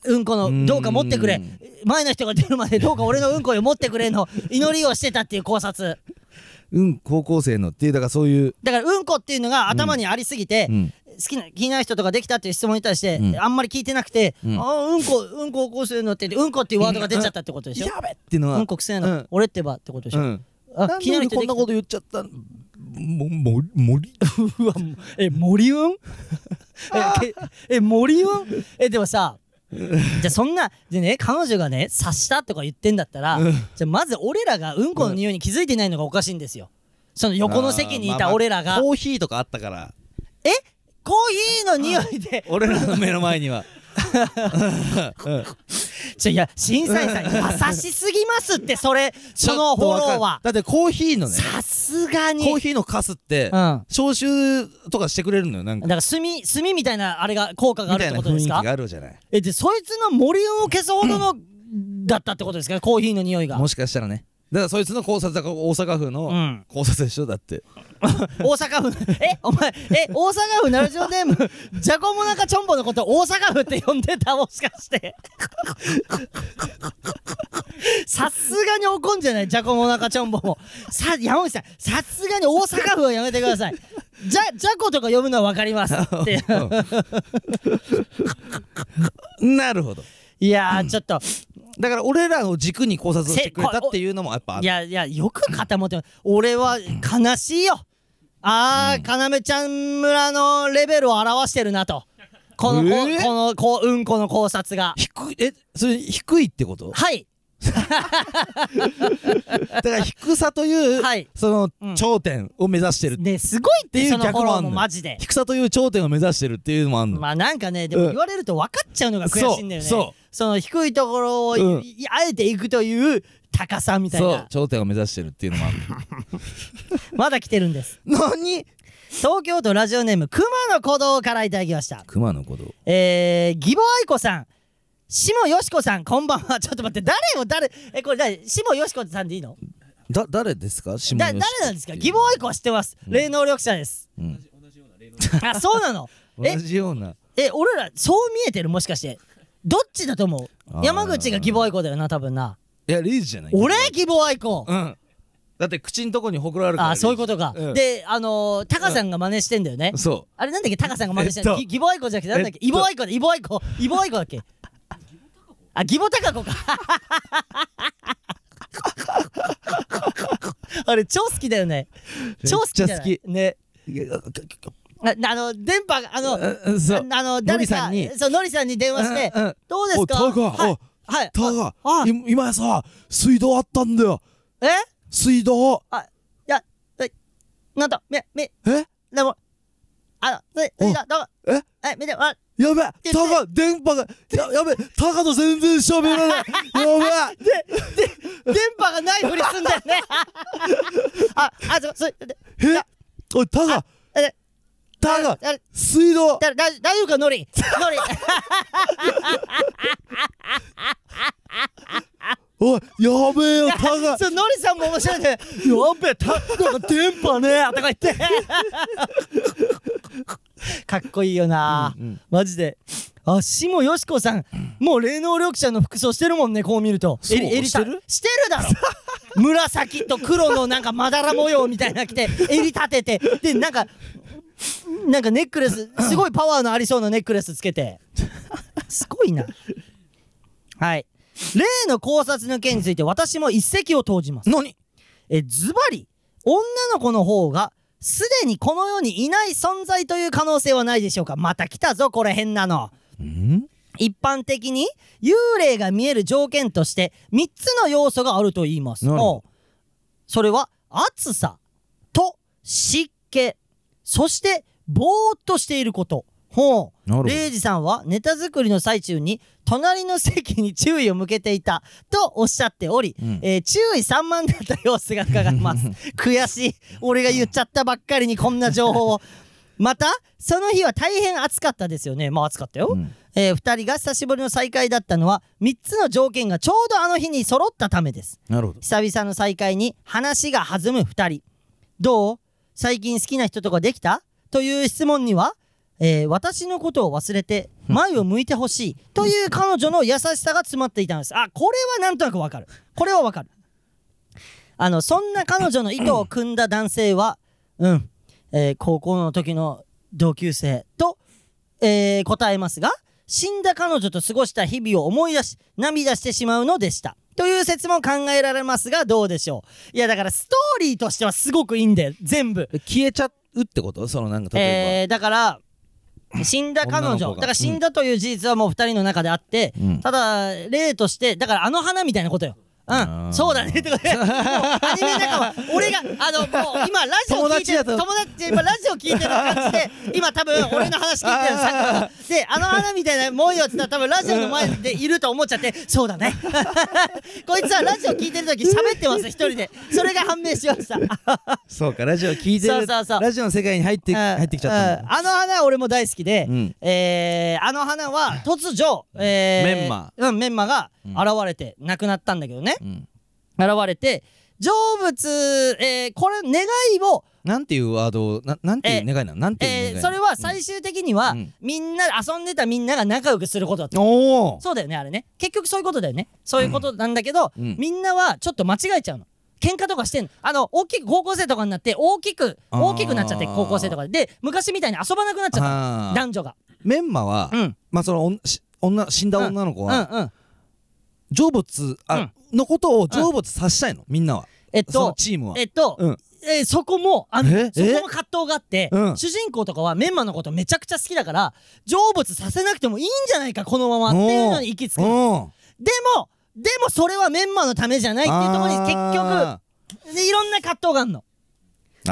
Speaker 1: うんこのどうか持ってく
Speaker 2: う
Speaker 1: れ
Speaker 2: ん
Speaker 1: 前の人が出るまでどうか俺のうんこを持ってくれの祈りをしてたっていう考察
Speaker 2: うん高校生のっていうだからそういう、
Speaker 1: だからうんこっていうのが頭にありすぎて、
Speaker 2: うん、
Speaker 1: 好きな気になる人とかできたっていう質問に対して、
Speaker 2: うん
Speaker 1: あんまり聞いてなくて、
Speaker 2: うん
Speaker 1: あうんこうんこをこうするのってうんこっていうワードが出ちゃったってことでしょ、
Speaker 2: やべっていう
Speaker 1: う
Speaker 2: のは
Speaker 1: んこくせえの、
Speaker 2: うん
Speaker 1: 俺ってばってことでし
Speaker 2: う
Speaker 1: ょ、
Speaker 2: ん
Speaker 1: あ
Speaker 2: なん
Speaker 1: 気に
Speaker 2: で
Speaker 1: なる
Speaker 2: 俺
Speaker 1: 人
Speaker 2: こ
Speaker 1: で
Speaker 2: ん
Speaker 1: きた
Speaker 2: なこと言っちゃったもも森
Speaker 1: うわもうえ森運 えけえ森運えでも さじゃあそんなでね彼女がね察したとか言ってんだったら、
Speaker 2: うん
Speaker 1: じゃあまず俺らがうんこの匂いに気づいてないのがおかしいんですよその横の席にい
Speaker 2: あーまあま
Speaker 1: た
Speaker 2: あ
Speaker 1: 俺らが、
Speaker 2: コーヒーとかあったから
Speaker 1: コーヒーの匂いで
Speaker 2: 俺らの目の前には
Speaker 1: ちょいや審査員さん優しすぎますってそ れそのフォローは
Speaker 2: だってコーヒーのね
Speaker 1: さすがに
Speaker 2: コーヒーのカスって
Speaker 1: うん
Speaker 2: 消臭とかしてくれるのよなん
Speaker 1: だ
Speaker 2: か
Speaker 1: から炭炭みたいなあれが効果があ
Speaker 2: み
Speaker 1: るったて
Speaker 2: いな
Speaker 1: ことで
Speaker 2: 雰囲
Speaker 1: す
Speaker 2: 気
Speaker 1: か
Speaker 2: があるじゃない
Speaker 1: えでそいつの森運を消すほどのだったってことですかコーヒーの匂いが
Speaker 2: もしかしたらねだからそいつの考察だから大阪府
Speaker 1: う
Speaker 2: の
Speaker 1: ん
Speaker 2: 考察でしょだって
Speaker 1: 大阪府えお前え大阪府のラジオネームジャコモナカチョンボのこと大阪府って呼んでたもしかしてさすがに怒んじゃないジャコモナカチョンボもさ山口さんさすがに大阪府はやめてくださいじゃジャコとか呼ぶのは分かりますっていう
Speaker 2: なるほど
Speaker 1: いやーちょっと
Speaker 2: だから俺らを軸に考察をしてくれたっていうのもやっぱあ
Speaker 1: い
Speaker 2: る
Speaker 1: やいやよく肩持ってます俺は悲しいよああ、かなめちゃん村のレベルを表してるなとこの、こ
Speaker 2: えー
Speaker 1: このこううんこの考察が
Speaker 2: 低いえそれ低いっ てこと
Speaker 1: はい
Speaker 2: だから低さという、
Speaker 1: はい
Speaker 2: そ
Speaker 1: うん
Speaker 2: の頂点を目指してる、
Speaker 1: ねすごいって
Speaker 2: っていう
Speaker 1: そのフォロー
Speaker 2: 逆もあんの
Speaker 1: も
Speaker 2: よ
Speaker 1: マジで
Speaker 2: 低さという頂点を目指してるっていうのもあんの、
Speaker 1: まあなんかねでも
Speaker 2: うん
Speaker 1: 言われると分かっちゃうのが悔しいんだよね、
Speaker 2: そうそう
Speaker 1: の低いところをい、
Speaker 2: うん
Speaker 1: いあえていくという高さみたい
Speaker 2: そう
Speaker 1: な
Speaker 2: 頂点を目指してるっていうのもある
Speaker 1: まだ来てるんです
Speaker 2: 何
Speaker 1: 東京都ラジオネーム熊野古道からいただきました
Speaker 2: 熊のこと
Speaker 1: えー、義母愛子さん、下よしこさん、こんばんは。ちょっと待って、誰を誰、え、これ誰、下よしこさんでいいの
Speaker 2: だ誰ですか下
Speaker 1: だ誰なんですか義母愛子は知ってます。霊能力者です。
Speaker 2: うん
Speaker 1: あ、そうなの。
Speaker 2: 同
Speaker 1: え、
Speaker 2: じような
Speaker 1: え、俺ら、そう見えてるもしかして。どっちだと思
Speaker 2: あ
Speaker 1: う
Speaker 2: ー
Speaker 1: 山口が義母愛子だよな、多分な。
Speaker 2: いやレイジじゃない
Speaker 1: 俺希望アイコン
Speaker 2: うんだって口んとこにほくろあるから
Speaker 1: あそういうことか、
Speaker 2: うん
Speaker 1: であのー、タカさんが真似してんだよね、
Speaker 2: そ
Speaker 1: あれなんだっけタカさんが真似してん
Speaker 2: え
Speaker 1: の、
Speaker 2: っと
Speaker 1: ぎ義母愛子じゃなくてなんだっけ、イボ愛子だイボ愛子イボ愛子だっけあ義母タカ子 かあれ超好きだよね
Speaker 2: う
Speaker 1: 超好きじゃ
Speaker 2: めっ
Speaker 1: ない
Speaker 2: ちゃ好き
Speaker 1: ね
Speaker 2: いやあ
Speaker 1: ああの電波があのあ
Speaker 2: あそう
Speaker 1: あの誰か
Speaker 2: ノリさんに
Speaker 1: そうノリさんに電話して
Speaker 2: うんうん
Speaker 1: どうですか
Speaker 2: おタカ
Speaker 1: はい
Speaker 2: お
Speaker 1: はい
Speaker 2: ただ
Speaker 1: ああ
Speaker 2: い今さ水道あったんだよ
Speaker 1: え
Speaker 2: 水道
Speaker 1: あいやえなんとめめ
Speaker 2: え
Speaker 1: でもあのそれそれじゃどうも
Speaker 2: え
Speaker 1: え見てわ
Speaker 2: やべえ
Speaker 1: で
Speaker 2: タカ電波がややべえタカと全然 喋らないやべえ
Speaker 1: 電波がないふりすんだよ ねああそうそれで
Speaker 2: えおいタカ
Speaker 1: え
Speaker 2: タカ
Speaker 1: だ
Speaker 2: 水道
Speaker 1: だだ大丈夫かノリ ノリ
Speaker 2: おいやべえよ タカ
Speaker 1: そうノリさんも面白いね
Speaker 2: やべえタカ電波ね
Speaker 1: とか言って かっこいいよな、
Speaker 2: うんうん
Speaker 1: マジであ下よしこさん、もう霊能力者の服装してるもんねこう見ると
Speaker 2: そう
Speaker 1: りりた
Speaker 2: してる
Speaker 1: してるだろ 紫と黒のなんかまだら模様みたいなの着て襟立ててでなんかなんかネックレスすごいパワーのありそうなネックレスつけてすご いなはい例の考察の件について私も一石を投じます
Speaker 2: 何
Speaker 1: えズバリ女の子の方がすでにこの世にいない存在という可能性はないでしょうかまた来たぞこれ変なの
Speaker 2: ん
Speaker 1: 一般的に幽霊が見える条件として3つの要素があると言います
Speaker 2: なるほど
Speaker 1: おうそれは暑さと湿気そしてぼーっとしていることほう
Speaker 2: なるほど
Speaker 1: レイジさんはネタ作りの最中に隣の席に注意を向けていたとおっしゃっており、
Speaker 2: うん
Speaker 1: えー注意散漫だった様子が伺います 悔しい俺が言っちゃったばっかりにこんな情報をまたその日は大変暑かったですよねまあ暑かったよ、
Speaker 2: うん
Speaker 1: え2人が久しぶりの再会だったのは3つの条件がちょうどあの日に揃ったためです
Speaker 2: なるほど
Speaker 1: 久々の再会に話が弾む2人どう最近好きな人とかできたという質問には、えー私のことを忘れて前を向いてほしいという彼女の優しさが詰まっていたのですあこれはなんとなくわかるこれはわかるあのそんな彼女の意図を組んだ男性はうん、えー高校の時の同級生と、えー答えますが死んだ彼女と過ごした日々を思い出し涙してしまうのでしたという説も考えられますがどうでしょういやだからストーリーとしてはすごくいいんだよ全部
Speaker 2: え消えちゃうってことそのなんか例え
Speaker 1: えーだ から死んだ彼
Speaker 2: 女の
Speaker 1: 女
Speaker 2: 子が
Speaker 1: だから死んだという事実はもう2人の中であって、
Speaker 2: うん
Speaker 1: ただ例としてだからあの花みたいなことよう
Speaker 2: あ
Speaker 1: ん、
Speaker 2: ー
Speaker 1: そうだねってことでもうアニメ仲間俺があのもう今ラジオ聞いてる
Speaker 2: 友達だと
Speaker 1: 友達今ラジオ聞いてる感じで今多分俺の話聞いてるさっきの であの花みたいなもんよって言ったら多分ラジオの前でいると思っちゃってそうだね こいつはラジオ聞いてる時喋ってます一人でそれが判明しました
Speaker 2: ばそうかラジオ聞いて
Speaker 1: そう
Speaker 2: る
Speaker 1: そうそう
Speaker 2: ラジオの世界に入って
Speaker 1: うん
Speaker 2: 入ってきちゃったんだ
Speaker 1: うんあの花俺も大好きで、
Speaker 2: うん
Speaker 1: えーあの花は突如、えー
Speaker 2: メンマ
Speaker 1: うん、メンマが現れて亡くなったんだけどね、
Speaker 2: うん
Speaker 1: 現れて成仏、えーこれ願いを、
Speaker 2: なんていうワードをななんていう願いなのなんていう願い
Speaker 1: えー
Speaker 2: なの
Speaker 1: それは最終的には、
Speaker 2: うん
Speaker 1: みんな遊んでたみんなが仲良くすることだった
Speaker 2: おお
Speaker 1: そうだよねあれね結局そういうことだよねそういうことなんだけど、
Speaker 2: うん
Speaker 1: みんなはちょっと間違えちゃうの喧嘩とかしてんのあの大きく高校生とかになって大きく
Speaker 2: あー
Speaker 1: 大きくなっちゃって高校生とかでで昔みたいに遊ばなくなっちゃった
Speaker 2: あ
Speaker 1: の
Speaker 2: ー
Speaker 1: 男女が
Speaker 2: メンマは、
Speaker 1: うん
Speaker 2: まあその女し女死んだ女の子
Speaker 1: うん
Speaker 2: は、
Speaker 1: うん
Speaker 2: 成仏あ、のことを成仏させたいの、みんなは
Speaker 1: えっ
Speaker 2: その
Speaker 1: と
Speaker 2: チームは
Speaker 1: えっと、
Speaker 2: うん
Speaker 1: えーそこもあの
Speaker 2: え
Speaker 1: そこ
Speaker 2: え
Speaker 1: も葛藤があって、
Speaker 2: うん
Speaker 1: 主人公とかはメンマのことめちゃくちゃ好きだから成仏させなくてもいいんじゃないかこのままっていうのに行き着くの
Speaker 2: おー
Speaker 1: でもでもそれはメンマのためじゃないっていうところに結
Speaker 2: あ
Speaker 1: 局でいろんな葛藤があるの
Speaker 2: ー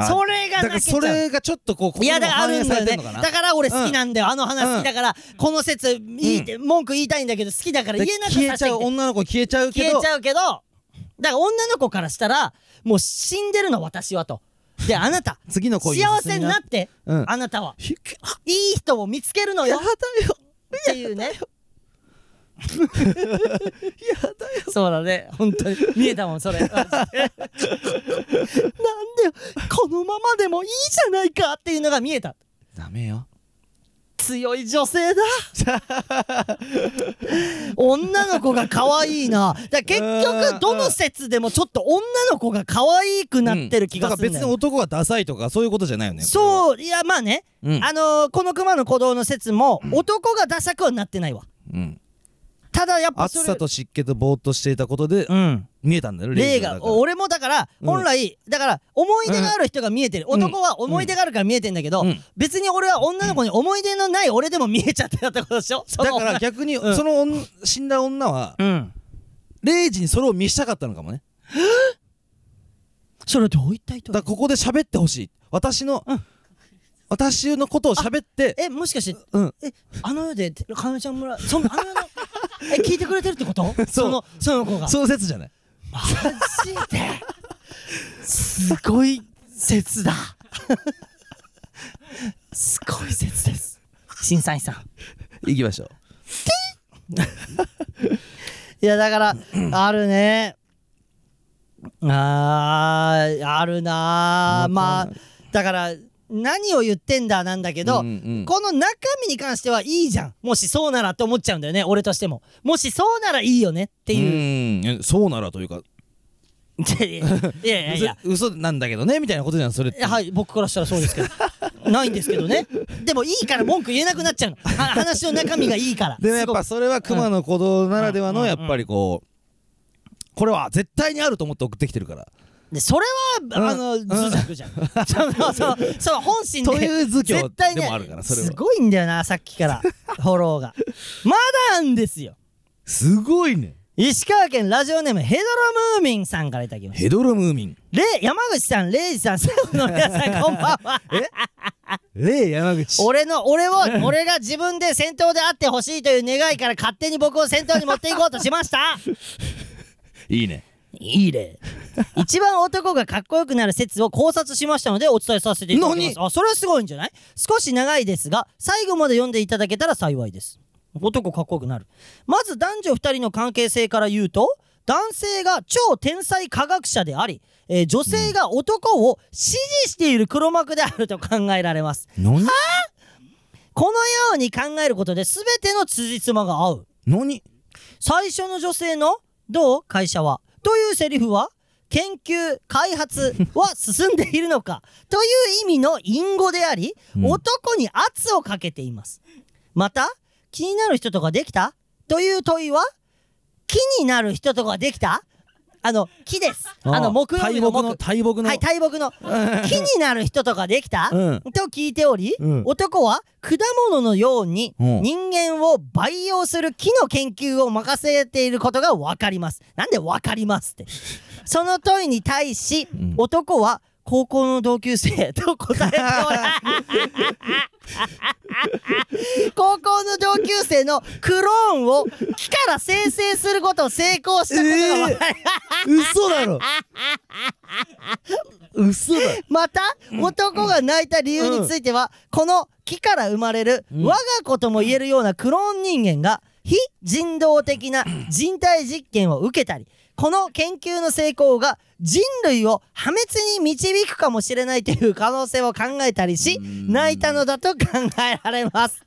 Speaker 1: それが
Speaker 2: だ
Speaker 1: 泣
Speaker 2: から
Speaker 1: けちゃ
Speaker 2: そうれがちょっとこうここ
Speaker 1: い
Speaker 2: にも
Speaker 1: やだからあ
Speaker 2: 反
Speaker 1: る
Speaker 2: 映
Speaker 1: んだ
Speaker 2: され
Speaker 1: よ
Speaker 2: て
Speaker 1: ね
Speaker 2: んのかな
Speaker 1: だから俺好きなんだよ、あの話好きだから、この説いいって、文句言いたいんだけど好きだから
Speaker 2: で
Speaker 1: 言えなく
Speaker 2: 消
Speaker 1: させ
Speaker 2: えち
Speaker 1: て
Speaker 2: ゃう女の子消えちゃうけど
Speaker 1: 消えちゃうけどだから女の子からしたらもう死んでるの私はとであ なた
Speaker 2: 次の
Speaker 1: 幸
Speaker 2: 恋に進みな
Speaker 1: せになって、
Speaker 2: うん
Speaker 1: あなたは
Speaker 2: ひくあ
Speaker 1: いい人を見つけるの
Speaker 2: や
Speaker 1: よ
Speaker 2: だよ
Speaker 1: っていうねやだよそうだね本当に見えたもん それなんでこのままでもいいじゃないかっていうのが見えた
Speaker 2: ダメよ
Speaker 1: 強い女性だ女の子が可愛いなだから結局どの説でもちょっと女の子が可愛くなってる気がするんだ
Speaker 2: だから別
Speaker 1: よ、
Speaker 2: に男がダサいとかそういうことじゃないよね
Speaker 1: そういやまあね、
Speaker 2: うん
Speaker 1: あのーこの熊の鼓動の説も男がダサくはなってないわ
Speaker 2: うん
Speaker 1: ただやっぱそ
Speaker 2: 暑
Speaker 1: れ
Speaker 2: さと湿気とぼーっとしていたことで
Speaker 1: うん
Speaker 2: 見えたんだよ
Speaker 1: 例
Speaker 2: 霊
Speaker 1: が
Speaker 2: が
Speaker 1: 俺もだから
Speaker 2: うん
Speaker 1: 本来、だから思い出がある人が見えてる、
Speaker 2: ん
Speaker 1: 男は思い出があるから見えてんだけど、
Speaker 2: うん
Speaker 1: 別に俺は女の子に思い出のない俺でも見えちゃってたってことでしょそ
Speaker 2: だ
Speaker 1: の
Speaker 2: から逆に
Speaker 1: ん
Speaker 2: その女死んだ女は
Speaker 1: うん
Speaker 2: レ時にそれを見したかったのかもね
Speaker 1: それはどういった意図
Speaker 2: だからここで喋ってほしい私の
Speaker 1: うん
Speaker 2: 私のことを喋って
Speaker 1: えもしかして
Speaker 2: うん
Speaker 1: えあの世でかのちゃん村そのあの世 のえ聞いてくれてるってことそのその子が
Speaker 2: その説じゃない
Speaker 1: マジですごい説だすごい説です審査員さん
Speaker 2: 行きましょう
Speaker 1: いやだからあるねあーあるなあ
Speaker 2: わかんない
Speaker 1: まあだから何を言ってんだなんだけど、
Speaker 2: うんうん
Speaker 1: この中身に関してはいいじゃんもしそうならって思っちゃうんだよね俺としてももしそうならいいよねっていう、
Speaker 2: うんえそうならというか
Speaker 1: いやいやい や
Speaker 2: 嘘嘘なんだけどねみたいなことじゃんそれって
Speaker 1: はい僕からしたらそうですけどないんですけどねでもいいから文句言えなくなっちゃうのは話の中身がいいから
Speaker 2: でもやっ
Speaker 1: すご
Speaker 2: ぱ
Speaker 1: く
Speaker 2: それは熊の鼓動ならでは
Speaker 1: う
Speaker 2: の
Speaker 1: ん
Speaker 2: やっぱりこうこれは絶対にあると思って送ってきてるから
Speaker 1: でそれ
Speaker 2: うん
Speaker 1: はあの
Speaker 2: うん
Speaker 1: 図作じゃんそのそのその本心で
Speaker 2: という図教
Speaker 1: 絶対ね
Speaker 2: でもあるからそれは
Speaker 1: すごいんだよなさっきからフォローがまだあんですよ
Speaker 2: すごいね
Speaker 1: 石川県ラジオネームヘドロムーミンさんからいただきました
Speaker 2: ヘドロムーミン
Speaker 1: レ山口さんレイジさん 最後の皆さんこんばんは
Speaker 2: 霊山口
Speaker 1: 俺の俺を俺が自分で先頭であってほしいという願いから勝手に僕を先頭に持っていこうとしました
Speaker 2: いいね
Speaker 1: いいね一番男がかっこよくなる説を考察しましたのでお伝えさせていただきますあそれはすごいんじゃない少し長いですが最後まで読んでいただけたら幸いです男かっこよくなるまず男女2人の関係性から言うと男性が超天才科学者であり、えー女性が男を支持している黒幕であると考えられます
Speaker 2: 何
Speaker 1: このように考えることで全ての辻褄が合う
Speaker 2: 何
Speaker 1: 最初の女性の「どう会社は」というセリフは研究開発は進んでいるのか という意味の隠語であり、
Speaker 2: うん
Speaker 1: 男に圧をかけていますまた気になる人とかできたという問いは気になる人とかできたあの木ですあの木曜日の
Speaker 2: 大木の
Speaker 1: 木
Speaker 2: 大木の、
Speaker 1: はい、大木の木になる人とかできた、
Speaker 2: うん
Speaker 1: と聞いており、
Speaker 2: うん
Speaker 1: 男は果物のように
Speaker 2: うん
Speaker 1: 人間を培養する木の研究を任せていることが分かります。なんで分かります って。その問いに対し、
Speaker 2: ん
Speaker 1: 男は高校の同級生と答えてお ら高校の同級生のクローンを木から生成することを成功したことが分かります
Speaker 2: 嘘だろ嘘だ
Speaker 1: また男が泣いた理由については、この木から生まれる我が子とも言えるようなクローン人間が非人道的な人体実験を受けたりこの研究の成功が人類を破滅に導くかもしれないという可能性を考えたりし泣いたのだと考えられます。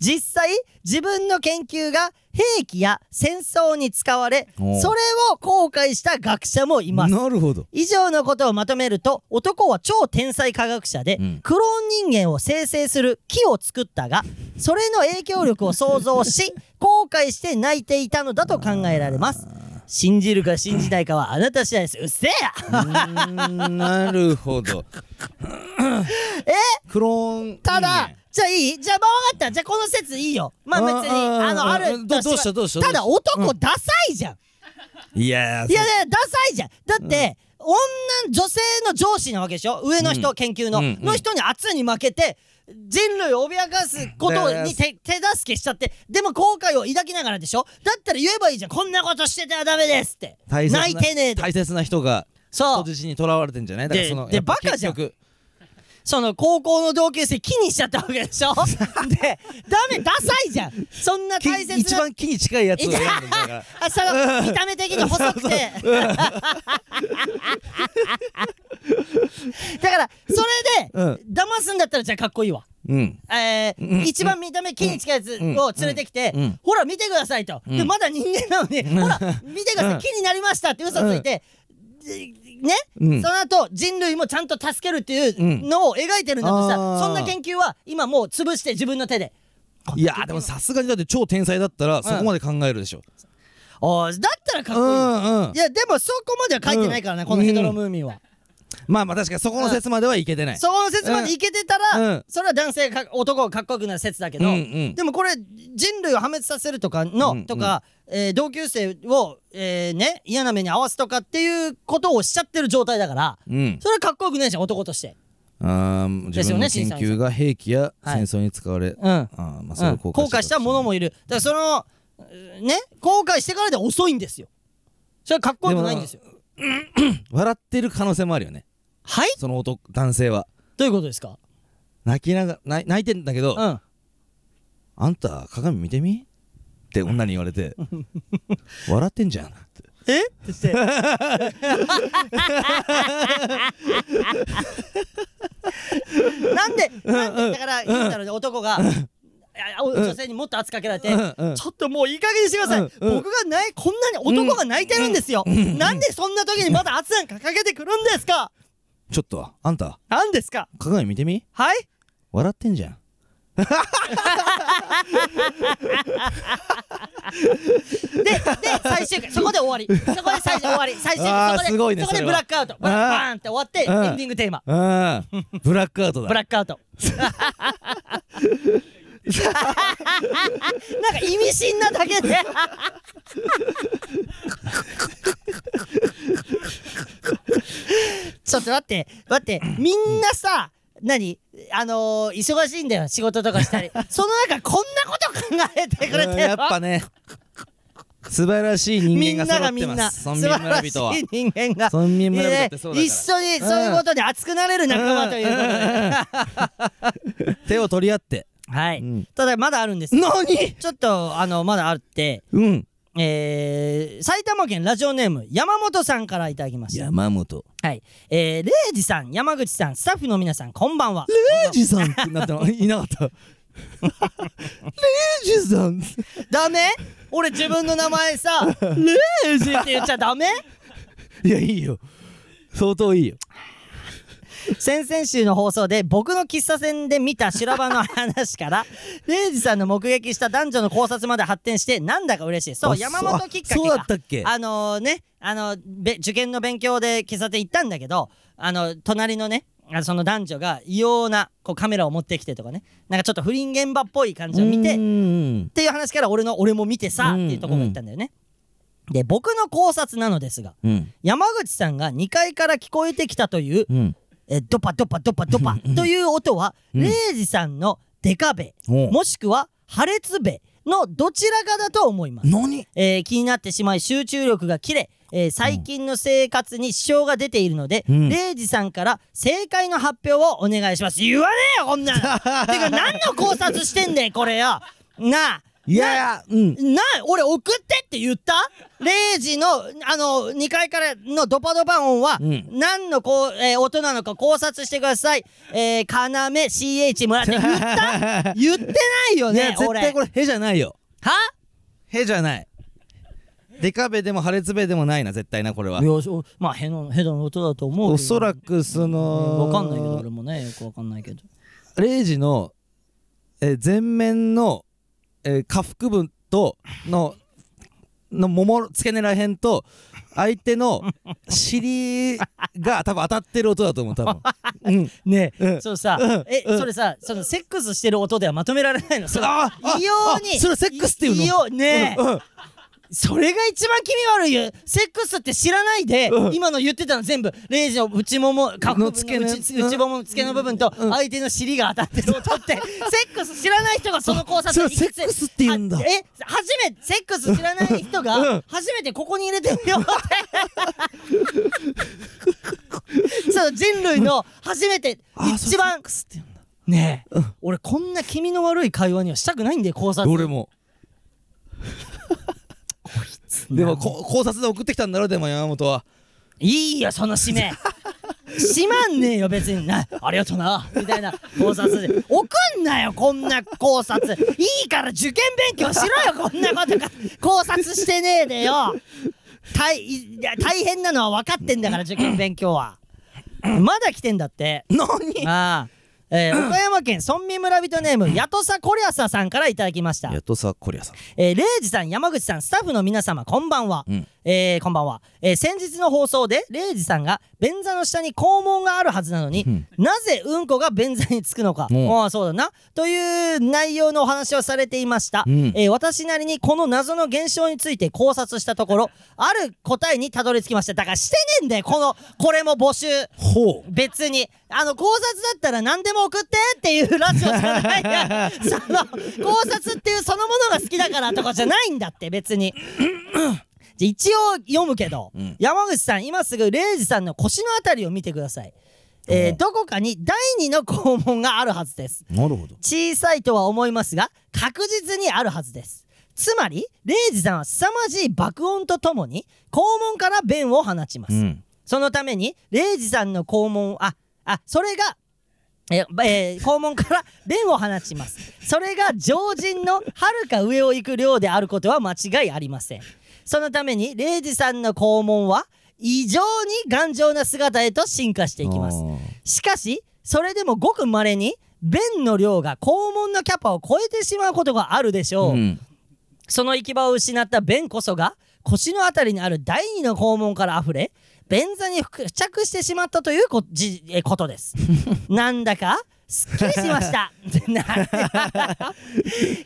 Speaker 1: 実際自分の研究が兵器や戦争に使われそ
Speaker 2: おう
Speaker 1: れを後悔した学者もいます。
Speaker 2: な るほど
Speaker 1: 以上のことをまとめると男は超天才科学者で、
Speaker 2: うん
Speaker 1: クローン人間を生成する木を作った がそれの影響力を想像し後悔して泣いていたのだと考えられます信じるか信じないかはあなた次第ですうっせえや
Speaker 2: なるほどえクローン
Speaker 1: ただ
Speaker 2: いいね
Speaker 1: じゃあいいじゃあまあ分かったじゃあこの説いいよまあ別に
Speaker 2: あ
Speaker 1: あ
Speaker 2: あ
Speaker 1: の
Speaker 2: あ
Speaker 1: ある
Speaker 2: ど
Speaker 1: と
Speaker 2: どうしたどうした
Speaker 1: ただ
Speaker 2: どうした
Speaker 1: 男ダサいじゃん、
Speaker 2: いや
Speaker 1: いやいやダサいじゃんだって、女女性の上司なわけでしょ上の人、
Speaker 2: うん
Speaker 1: 研究の、
Speaker 2: うんうん
Speaker 1: の人に圧に負けて人類を脅かすこ
Speaker 2: だか
Speaker 1: と
Speaker 2: ら
Speaker 1: に手手助けしちゃってでも後悔を抱きながらでしょだったら言えばいいじゃんこんなことしててはダメですって
Speaker 2: 大切な
Speaker 1: 泣いてねえと
Speaker 2: 大切な人が
Speaker 1: そ
Speaker 2: 人
Speaker 1: う
Speaker 2: 質にとらわれてんじゃないだから
Speaker 1: で
Speaker 2: その
Speaker 1: で
Speaker 2: やっぱ
Speaker 1: バカじゃん
Speaker 2: 結局
Speaker 1: その高校の同級生気にしちゃったわけでし ょでダメダサいじゃんそんな
Speaker 2: 木
Speaker 1: 大切な
Speaker 2: 一番木に近いやつを選んだんだ から
Speaker 1: あその見た目的に細くてだからそれで、
Speaker 2: うん
Speaker 1: 騙すんだったらじゃあかっこいいわ、
Speaker 2: うん
Speaker 1: えー
Speaker 2: うん
Speaker 1: 一番見た目木に近いやつを連れてきて、
Speaker 2: うんうん
Speaker 1: ほら見てくださいと、
Speaker 2: うん
Speaker 1: でまだ人間なのに、ほら見てください、
Speaker 2: うん
Speaker 1: 木になりましたって嘘ついて、でね、
Speaker 2: うん
Speaker 1: その後人類もちゃんと助けるっていうのを描いてるんだとしたら、
Speaker 2: うんあー
Speaker 1: そんな研究は今もう潰して自分の手で。
Speaker 2: いやーでもさすがにだって超天才だったらそこまで考えるでしょ
Speaker 1: あーだったらかっ
Speaker 2: う
Speaker 1: こいい。
Speaker 2: んうん
Speaker 1: いやでもそこまでは書いてないからね、
Speaker 2: うん
Speaker 1: このヘドロムーミンは、
Speaker 2: まあまあ確かにそこの説まではいけてない
Speaker 1: そこの説までいけてたら、
Speaker 2: うん
Speaker 1: それは男性がか男がかっこよくなる説だけど、
Speaker 2: うんうん
Speaker 1: でもこれ人類を破滅させるとかの、
Speaker 2: うんうん
Speaker 1: とか、えー同級生を、えーね嫌な目に遭わすとかっていうことをしちゃってる状態だから
Speaker 2: うん
Speaker 1: それはかっこよくないじゃん男として
Speaker 2: あー自
Speaker 1: ですよ
Speaker 2: 分
Speaker 1: ね
Speaker 2: の研究が兵器や戦争に使われ、
Speaker 1: うん
Speaker 2: あーまあそれ
Speaker 1: うん
Speaker 2: を後
Speaker 1: 後
Speaker 2: 悔
Speaker 1: 悔した者もいるだからそのうんね後悔してからで遅いんですよそれはかっこよくないんですよ
Speaker 2: 笑ってる可能性もあるよね
Speaker 1: はい
Speaker 2: その男男性は
Speaker 1: どういうことですか
Speaker 2: 泣きながら泣い泣いてんだけど、
Speaker 1: うん
Speaker 2: あんた鏡見てみって女に言わ れて笑ってんじゃんって
Speaker 1: えって してなんでなんでだから言うたらね男があお女性にもっと圧かけられてち
Speaker 2: うんうん
Speaker 1: ょっともういい加減にしてください
Speaker 2: うんうん
Speaker 1: 僕がないこんなに男が泣いてるんですよなんでそんな時にまだ圧なんかかけてくるんですか
Speaker 2: ちょっとはあんた
Speaker 1: なんですか
Speaker 2: 鏡見てみ
Speaker 1: はい
Speaker 2: 笑ってんじゃん
Speaker 1: でで最終回そこで終わりそこで最終終わり 最終回
Speaker 2: あー
Speaker 1: そ
Speaker 2: す
Speaker 1: こ
Speaker 2: ごい
Speaker 1: で
Speaker 2: ね
Speaker 1: そこで
Speaker 2: そ
Speaker 1: ブ
Speaker 2: れは
Speaker 1: ラックアウトバ
Speaker 2: あ
Speaker 1: ーン
Speaker 2: ー
Speaker 1: って終わってエ
Speaker 2: うん
Speaker 1: ンディングテーマ
Speaker 2: あーブラックアウトだ
Speaker 1: ブラックアウト。なんか意味深なだけで。ちょっと待って、待って、みんなさ、何あのー、忙しいんだよ、仕事とかしたり。その中、こんなこと考えてくれ
Speaker 2: うん
Speaker 1: て
Speaker 2: や
Speaker 1: る
Speaker 2: っぱね素晴らしい
Speaker 1: みん
Speaker 2: 人間
Speaker 1: な
Speaker 2: が揃
Speaker 1: が
Speaker 2: っ
Speaker 1: み
Speaker 2: て
Speaker 1: んな
Speaker 2: ま
Speaker 1: 素
Speaker 2: す村
Speaker 1: 晴らし
Speaker 2: 人はい
Speaker 1: 人間が
Speaker 2: 村民村人ってそう
Speaker 1: い
Speaker 2: だから
Speaker 1: いね一緒にそういうことに熱くなれる仲間ということで
Speaker 2: 手を取り合って
Speaker 1: はい、
Speaker 2: うん
Speaker 1: ただまだあるんです
Speaker 2: 何
Speaker 1: ちょっとあのまだあって、
Speaker 2: うん
Speaker 1: えー、埼玉県ラジオネーム山本さんからいただきました。
Speaker 2: 山本
Speaker 1: はい、えー、レイジさん、山口さん、スタッフの皆さん、こんばんは。
Speaker 2: レイジさんってなったの いなかった。レイジさん。
Speaker 1: ダメ？俺自分の名前 さ、レイジって言っちゃダメ？
Speaker 2: いや、いいよ。相当いいよ。
Speaker 1: 先々週の放送で僕の喫茶店で見た修羅場の話から、レイジさんの目撃した男女の考察まで発展して、なんだか嬉しい。そう、
Speaker 2: あ
Speaker 1: 山本きっかけか。
Speaker 2: あそうだったっけ
Speaker 1: あのね、あの、べ受験の勉強で喫茶店行ったんだけど、あの、隣のね、あのその男女が異様なこうカメラを持ってきてとかね、なんかちょっと不倫現場っぽい感じを見て、
Speaker 2: うん
Speaker 1: っていう話から俺の俺も見てさっていうところが言ったんだよね。で、僕の考察なのですが、
Speaker 2: うん。
Speaker 1: 山口さんが2階から聞こえてきたという
Speaker 2: うん。
Speaker 1: えドパドパドパドパという音は、
Speaker 2: うん
Speaker 1: レイジさんのデカベ、
Speaker 2: おう
Speaker 1: もしくは破裂ベのどちらかだと思います、
Speaker 2: 何
Speaker 1: えー気になってしまい集中力が切れ、えー最近の生活に支障が出ているので、
Speaker 2: うん
Speaker 1: レイジさんから正解の発表をお願いします言わねえよこん なのてか何の考察してんねんこれよなあ
Speaker 2: いやいや、うん。
Speaker 1: な俺送ってって言った0時のあの2階からのドパドパ音は
Speaker 2: うん
Speaker 1: 何のこう、えー音なのか考察してくださいえー要、CH 村って言った言ってないよ
Speaker 2: い
Speaker 1: ね
Speaker 2: や、絶
Speaker 1: 俺
Speaker 2: 対これ、へじゃないよ。
Speaker 1: は。
Speaker 2: へじゃない。デカベでも破裂ベでもないな、絶対な、これはい
Speaker 1: やそうまあヘドのヘドの音だと思う
Speaker 2: おそ
Speaker 1: く
Speaker 2: らく、その、
Speaker 1: わかんないけど俺もねよくわかんないけど
Speaker 2: レイジの、えー前面の、えー下腹部とののもも付け根らへんと相手の尻が多分当たってる音だと思う多 分、うん、
Speaker 1: ねえ、
Speaker 2: うん
Speaker 1: そうさ、え、それさそのセックスしてる音ではまとめられないのその
Speaker 2: ああ
Speaker 1: 異様に
Speaker 2: あそれセックスっていうの
Speaker 1: 異様ねえ、
Speaker 2: うんうん
Speaker 1: それが一番気味悪いよセックスって知らないで、
Speaker 2: うん
Speaker 1: 今の言ってたの全部レイジの内もも下腹部の
Speaker 2: の付け根
Speaker 1: 内内ももの付けの部分と
Speaker 2: うん
Speaker 1: 相手の尻が当たってる音 ってセックス知らない人がその考察
Speaker 2: それ
Speaker 1: いくつ
Speaker 2: セックスって言うんだ
Speaker 1: あえ初めてセックス知らない人
Speaker 2: う
Speaker 1: が
Speaker 2: ん
Speaker 1: 初めてここに入れてみようって そう人類の初めて
Speaker 2: あそれ
Speaker 1: 一
Speaker 2: セ
Speaker 1: 番
Speaker 2: ックスっていうんだ
Speaker 1: ねえ、俺こんな気味の悪い会話にはしたくないんだよ考察
Speaker 2: 俺もでもこ考察で送ってきたんだろでも山本はい
Speaker 1: いよその締めしまんねえよ別になありがとうなみたいな考察で送んなよこんな考察いいから受験勉強しろよこんなことか考察してねえでよ大いや大変なのは分かってんだから受験勉強はまだ来てんだって
Speaker 2: 何
Speaker 1: ああえー岡山県村民村人ネームやとさこりゃささんからいただきました
Speaker 2: やっとさコリアさん
Speaker 1: えー、レイジさん、山口さん、スタッフの皆様、こんばんは。
Speaker 2: うん
Speaker 1: えーこんばんは。えー先日の放送で、レイジさんが、便座の下に肛門があるはずなのに、
Speaker 2: うん
Speaker 1: なぜうんこが便座につくのか、
Speaker 2: うん
Speaker 1: ああ、そうだな、という内容のお話をされていました。
Speaker 2: うん
Speaker 1: えー私なりに、この謎の現象について考察したところ、ある答えにたどり着きました。だから、してねえんだよ、この、これも募集。
Speaker 2: ほう
Speaker 1: 別にあの考察だったら何でも送ってっていうラジオじゃない やその考察っていうそのものが好きだからとかじゃないんだって別 に。じゃ一応読むけど、
Speaker 2: ん
Speaker 1: 山口さん今すぐレイジさんの腰のあたりを見てください、えー
Speaker 2: うん
Speaker 1: どこかに第二の肛門があるはずです
Speaker 2: なるほど
Speaker 1: 小さいとは思いますが確実にあるはずですつまりレイジさんは凄まじい爆音とともに肛門から便を放ちます、
Speaker 2: うん
Speaker 1: そのために、レイジさんの肛門、あ、あ、それが、え、えー肛門から便を放ちます。それが常人のはるか上を行く量であることは間違いありません。そのために、レイジさんの肛門は、異常に頑丈な姿へと進化していきます
Speaker 2: あ。ー
Speaker 1: しかし、それでもごく稀に、便の量が肛門のキャパを超えてしまうことがあるでしょう。
Speaker 2: うん
Speaker 1: その行き場を失った便こそが腰のあたりにある第二の肛門から溢れ便座に付着してしまったというこじ えことです なんだかすっきりしました な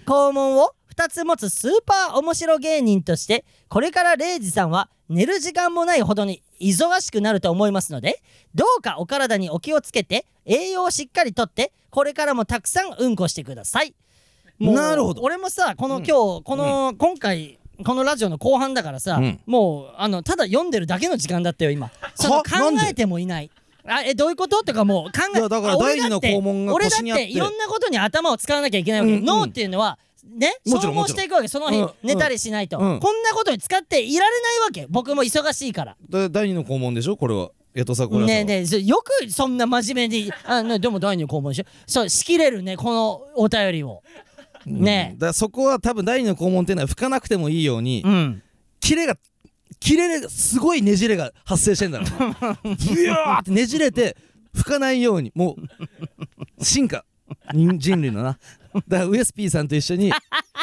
Speaker 1: 肛門を2つ持つスーパー面白芸人としてこれからレイジさんは寝る時間もないほどに忙しくなると思いますのでどうかお体にお気をつけて栄養をしっかりとってこれからもたくさんうんこしてくださいもう
Speaker 2: なるほど
Speaker 1: 俺もさこの今日この、今回このラジオの後半だからさ、
Speaker 2: うん
Speaker 1: もうあのただ読んでるだけの時間だったよ今その考
Speaker 2: なんで
Speaker 1: えてもいないあえどういうこととかもう考え
Speaker 2: いやだから
Speaker 1: あ俺
Speaker 2: 第二の
Speaker 1: って
Speaker 2: 肛門が
Speaker 1: 俺だっ
Speaker 2: 腰にあって
Speaker 1: ていろんなことに頭を使わなきゃいけないわけ、
Speaker 2: うんうん
Speaker 1: 脳っていうのはね
Speaker 2: もち
Speaker 1: 消
Speaker 2: ろんも
Speaker 1: 耗
Speaker 2: ちろ
Speaker 1: し
Speaker 2: ん
Speaker 1: ていくわけその日、
Speaker 2: うん
Speaker 1: 寝たりしないと、
Speaker 2: うん
Speaker 1: こんなことに使っていられないわけ僕も忙しいから
Speaker 2: だ第二の肛門でしょこれはやっとさコリアさんは
Speaker 1: ねえねえそよくそんな真面目にあねでも第二の肛門でしょそうしきれるねこのお便りをねえ
Speaker 2: だからそこは多分第二の肛門っていうのは吹かなくてもいいように、
Speaker 1: うん
Speaker 2: キレがキレがすごいねじれが発生してんだろう なブヤーってねじれて吹かないようにもう進化人人類のなだからウエス P さんと一緒に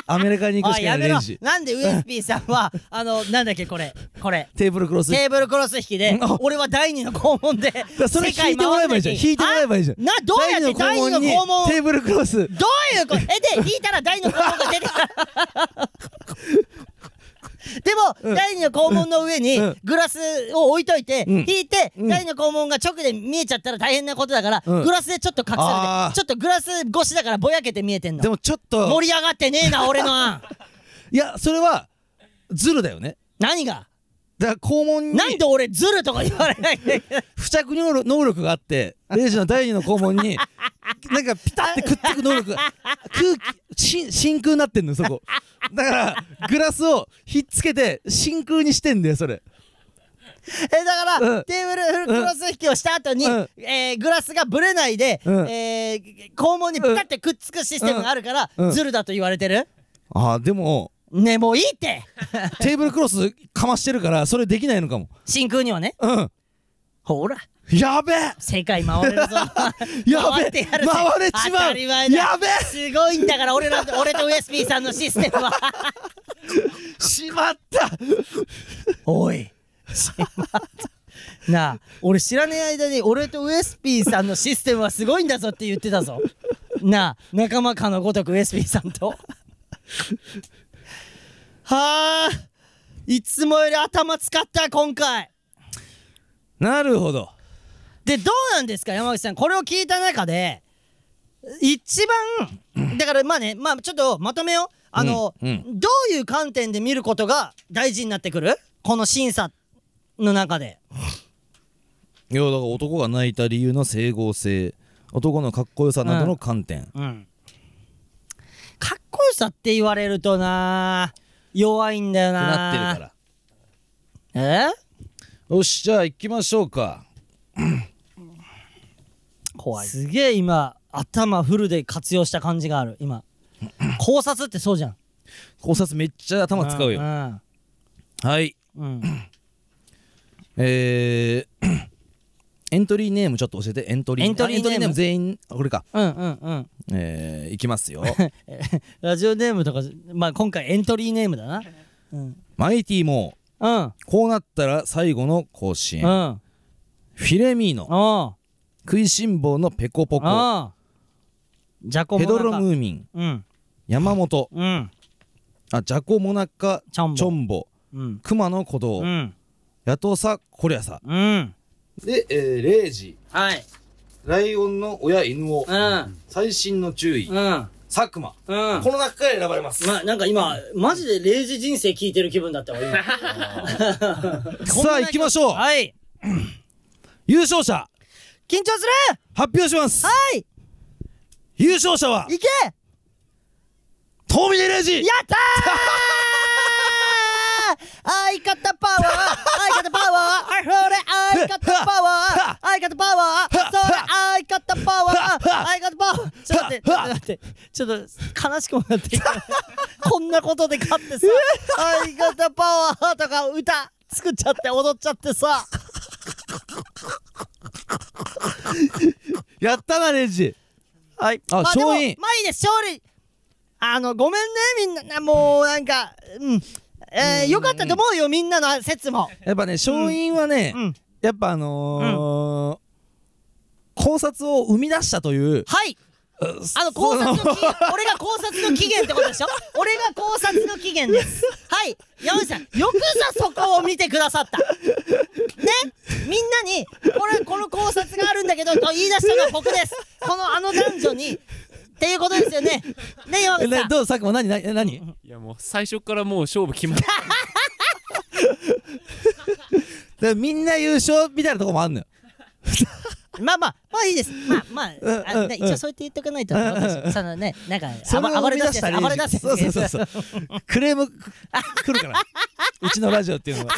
Speaker 2: アメリカに行く
Speaker 1: あ
Speaker 2: し
Speaker 1: や
Speaker 2: かな
Speaker 1: め
Speaker 2: い
Speaker 1: ろ
Speaker 2: レジ
Speaker 1: なんで USP さん はあのなんだっけこれこれ
Speaker 2: テーブルクロス
Speaker 1: テーブルクロス引きで
Speaker 2: あ
Speaker 1: 俺は第二の肛門で
Speaker 2: だそれ
Speaker 1: 世界
Speaker 2: 引いてもらえばいいじゃん
Speaker 1: 回るべき
Speaker 2: 引いてもらえばいいじゃん
Speaker 1: あなどうやって第二の
Speaker 2: に
Speaker 1: 肛門を
Speaker 2: テーブルクロス
Speaker 1: どういうことえで引いたら第二の肛門が出てきた でも、
Speaker 2: うん
Speaker 1: 第二の肛門の上に
Speaker 2: うん
Speaker 1: グラスを置いといて、
Speaker 2: うん
Speaker 1: 引いて、
Speaker 2: うん
Speaker 1: 第二の肛門が直で見えちゃったら大変なことだから、
Speaker 2: うん
Speaker 1: グラスでちょっと隠さ
Speaker 2: あ
Speaker 1: れて
Speaker 2: ー
Speaker 1: ちょっとグラス越しだからぼやけて見えてんの
Speaker 2: でもちょっ
Speaker 1: 盛
Speaker 2: と
Speaker 1: り上がってねえな俺の 案
Speaker 2: いやそれはズルだよね
Speaker 1: 何が
Speaker 2: だから肛門に
Speaker 1: なんで俺ズルとか言われないんだけど
Speaker 2: 付着能力能力があってレイジの第二の肛門 になんかピタッてくっつく能力が空気し真空になってんのよそこだからグラスをひっつけて真空にしてんだよそれ
Speaker 1: えだから、
Speaker 2: うん
Speaker 1: テーブルクロス引きをした後に、
Speaker 2: うん
Speaker 1: えーグラスがぶれないで、
Speaker 2: うん
Speaker 1: えー肛門にピタってくっつくシステムがあるから、
Speaker 2: うんうん
Speaker 1: ズルだと言われてる
Speaker 2: ああでも
Speaker 1: ねもういいって
Speaker 2: テーブルクロスかましてるからそれできないのかも
Speaker 1: 真空にはね
Speaker 2: うん
Speaker 1: ほら
Speaker 2: やべえ
Speaker 1: 世界回れるぞ
Speaker 2: やべ
Speaker 1: 回
Speaker 2: え
Speaker 1: ってやるぜ
Speaker 2: 回れちまう
Speaker 1: 当たり前だ
Speaker 2: やべえ
Speaker 1: すごいんだから俺ら俺と USB さんのシステムは
Speaker 2: しまった
Speaker 1: おいしまった なあ俺知らねえ間に俺とウエスピーさんのシステムはすごいんだぞって言ってたぞなあ仲間かのごとくウエスピーさんと はあいつもより頭使った今回
Speaker 2: なるほど
Speaker 1: でどうなんですか山口さんこれを聞いた中で一番だからまあねまあちょっとまとめようあの、
Speaker 2: うんう
Speaker 1: どういう観点で見ることが大事になってくるこの審査の中で
Speaker 2: いやだから男が泣いた理由の整合性男のかっこよさなどの観点、
Speaker 1: うんかっこよさって言われるとな弱いんだよな
Speaker 2: なってるから
Speaker 1: え
Speaker 2: よしじゃあ行きましょうか
Speaker 3: 怖
Speaker 1: すげえ今頭フルで活用した感じがある 今考察ってそうじゃん
Speaker 2: 考察めっちゃ頭使うよ
Speaker 1: よ
Speaker 2: はい
Speaker 1: うん、
Speaker 2: えー エントリーネームちょっと教えてエントリー
Speaker 1: エントリー
Speaker 2: あ
Speaker 1: ネーム
Speaker 2: 全員あこれか
Speaker 1: うんうんうん
Speaker 2: えー、いきま すよ
Speaker 1: ラジオネームとかまあ今回エントリーネームだなうん
Speaker 2: マイティも
Speaker 1: うん
Speaker 2: こうなったら最後の甲子
Speaker 1: う
Speaker 2: 園
Speaker 1: ん
Speaker 2: フィレミーノ
Speaker 1: お
Speaker 2: 食いしん坊のペコポ
Speaker 1: う
Speaker 2: コ
Speaker 1: んジャコモ
Speaker 2: ペ
Speaker 1: ナカ
Speaker 2: ドロムーミン
Speaker 1: うん
Speaker 2: 山本
Speaker 1: うん
Speaker 2: あジャコモナカ
Speaker 1: チョンボ
Speaker 2: チョンボ
Speaker 1: うん
Speaker 2: 熊野古道、
Speaker 1: うん
Speaker 2: ヤトサコリアサ
Speaker 1: うん
Speaker 4: で、えー、0時、
Speaker 1: はい
Speaker 4: ライオンの親犬を、
Speaker 1: うん
Speaker 4: 最新の注意、
Speaker 1: うん
Speaker 4: 佐久間、
Speaker 1: うん
Speaker 4: この中から選ばれます。
Speaker 1: まあなんか今マジで0時人生聞いてる気分だったわ 今
Speaker 2: さあ行きましょう
Speaker 1: はい
Speaker 2: 優勝者
Speaker 1: 緊張する
Speaker 2: 発表します
Speaker 1: はい
Speaker 2: 優勝者は
Speaker 1: 行け
Speaker 2: トミネレイジ
Speaker 1: や ったー相方パワ ー相方パワーそれ相方パワ ー相方パワーそれ相方パワー相方パワー ちょっと待ってちょっと待ってちょっと悲しくもなってきた こんなことで勝 ってさ相方パワーとか歌作っちゃって踊っちゃってさ
Speaker 2: やったなレイジ
Speaker 1: はい。
Speaker 2: あ
Speaker 1: までも
Speaker 2: 勝因
Speaker 1: まあいいです、勝利。あの、ごめんね、みんなな。もう、なんか、うん。えー、よかったと思うよ、みんなの説も。
Speaker 2: やっぱね勝因はね、
Speaker 1: うん。
Speaker 2: やっぱあのー考察を生み出したという
Speaker 1: はい。あの、考察の期 限、俺が考察の期限ってことでしょ俺が考察の期限です。はい。山口さん、よくさ、そこを見てくださった。ねみんなに、これ、この考察があるんだけど、と言い出したのは僕です。この、あの男女に。っていうことですよね。ね、山
Speaker 2: え
Speaker 1: 口さ
Speaker 2: ね
Speaker 1: ん。
Speaker 2: どう佐久間何何え何
Speaker 3: いやもう最初からもう勝負決まっ
Speaker 2: でみんな優勝みたいなとこもあんのよ
Speaker 1: まあまあ、まあいいです。まあまあ、あ
Speaker 2: うんうん
Speaker 1: ね一応そう言って言っとかないと、そのね、なんか、
Speaker 2: それ
Speaker 1: 暴
Speaker 2: を
Speaker 1: 暴
Speaker 2: 生
Speaker 1: れ
Speaker 2: み
Speaker 1: 出
Speaker 2: 出
Speaker 1: すや
Speaker 2: した
Speaker 1: つ、
Speaker 2: レイ
Speaker 1: 暴
Speaker 2: ジ
Speaker 1: れ出す
Speaker 2: そうそうそう
Speaker 1: や
Speaker 2: そうクレームく来る からうちのラジオっていうのは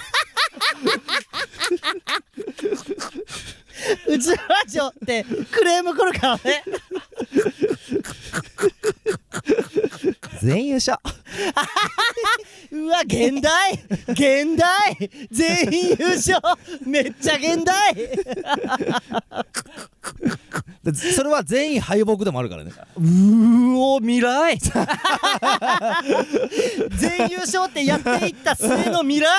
Speaker 1: つ。うちのラジオってクレーム来るからね。
Speaker 2: 全員優勝
Speaker 1: うわ、現 代現代全員優勝めっちゃ現代
Speaker 2: でそれは全員敗北でもあるからね
Speaker 1: うお、未 来全優勝ってやっていった末の未 来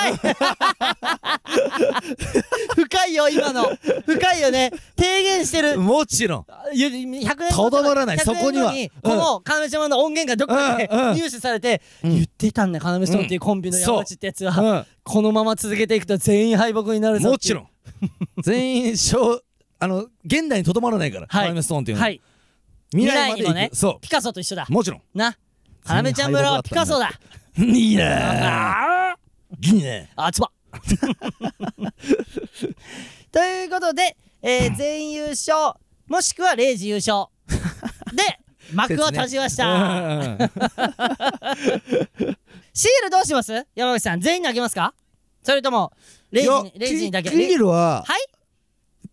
Speaker 1: 深いよ、今の。深いよね。提言してる。
Speaker 2: もちろん
Speaker 1: ゆ100年後
Speaker 2: とどまらない
Speaker 1: 100年後
Speaker 2: そこには
Speaker 1: この要島の音源がどこかで
Speaker 2: うんうん
Speaker 1: 入手されて言ってたんだ要島っていうコンビの山口ってやつは
Speaker 2: うん
Speaker 1: このまま続けていくと全員敗北になるぞ
Speaker 2: もち
Speaker 1: ん
Speaker 2: ろん全員勝あの現代にとどまらないから、
Speaker 1: はい
Speaker 2: タイムストーンっていうのは、
Speaker 1: はい
Speaker 2: 未来
Speaker 1: 未
Speaker 2: まで行
Speaker 1: 来にもね
Speaker 2: くそ
Speaker 1: ピカソと一緒だ
Speaker 2: うもちろん
Speaker 1: な
Speaker 2: 全員
Speaker 1: 要ちゃん村はピカソだ
Speaker 2: いいね
Speaker 1: あ
Speaker 2: いいね
Speaker 1: ーあ つばということでえー全員優勝もしくは0時優勝で幕を閉じま したシールどうします山口さん全員にあげますかそれともレイジにレイジにだけ
Speaker 2: クリルは
Speaker 1: はい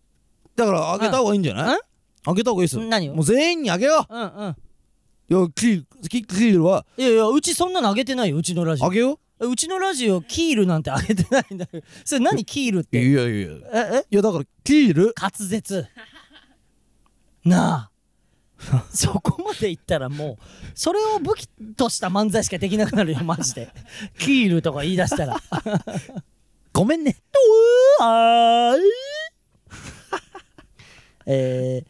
Speaker 2: だからあげた方がいいんじゃない、
Speaker 1: うん
Speaker 2: あげた方がいいっすよ
Speaker 1: 何を
Speaker 2: もう全員にあげよ
Speaker 1: うんうん
Speaker 2: ういやクリキクリルはい
Speaker 1: やいやうちそんなのあげてないようちのラジ
Speaker 2: あげよ
Speaker 1: オうちのラジオキールなんてあげてないんだよ それ何キールっ
Speaker 2: う
Speaker 1: て
Speaker 2: いやいやいや
Speaker 1: ええ
Speaker 2: いやだからクリル
Speaker 1: 滑舌な あそこまでいったらもうそれを武器とした漫才しかできなくなるよマジでキールとか言い出したら
Speaker 2: ごめんね
Speaker 1: うわーい え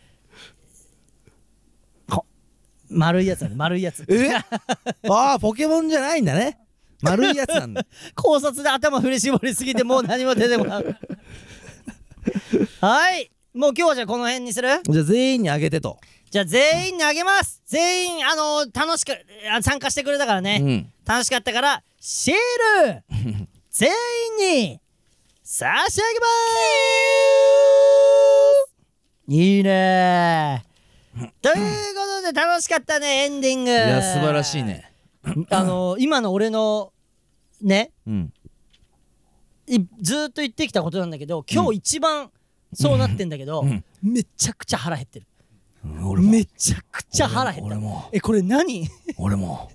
Speaker 1: ー、こ丸いやつだね丸いやつ
Speaker 2: え ああポケモンじゃないんだね丸いやつなん だ
Speaker 1: 考察で頭振り絞りすぎてもう何も出てこないはいもう今日はじゃあこの辺にする
Speaker 2: じゃあ全員にあげてと
Speaker 1: じゃあ全員にあげます全員あの楽しくあ参加してくれたからね、
Speaker 2: うん
Speaker 1: 楽しかったからシー ル全員に差し上げますいいねということで楽しかったねエンディングい
Speaker 2: いや素晴らしいね
Speaker 1: あの今の俺のね
Speaker 2: うん
Speaker 1: いずーっと言ってきたことなんだけど今日一番そうなってんだけど、
Speaker 2: うん
Speaker 1: めちゃくちゃ腹減ってる
Speaker 2: 俺も
Speaker 1: めちゃくちゃ腹減った
Speaker 2: 俺も
Speaker 1: えこれ何
Speaker 2: 俺も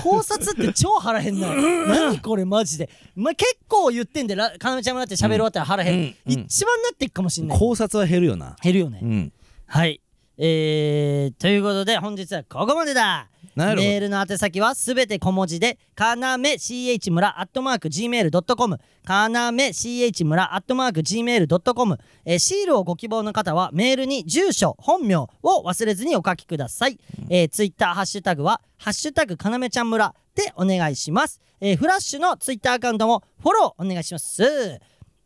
Speaker 1: 考察って超腹減んのよ何これマジで、ま結構言ってんでらかなめちゃんもだって喋り終わったら腹減る、
Speaker 2: うんうんうん
Speaker 1: 一番なっていくかもしんない
Speaker 2: 考察は減るよな
Speaker 1: 減るよね、
Speaker 2: うん
Speaker 1: はい。えー、ということで本日はここまでだ
Speaker 2: なるほど
Speaker 1: メールの宛先はすべて小文字でかなめ ch 村アットマーク gmail.com かなめ ch 村アットマーク gmail.com、えー、シールをご希望の方はメールに住所本名を忘れずにお書きください、えー、ツイッターハッシュタグは「ハッシュタグかなめちゃん村」でお願いします、えー、フラッシュのツイッターアカウントもフォローお願いします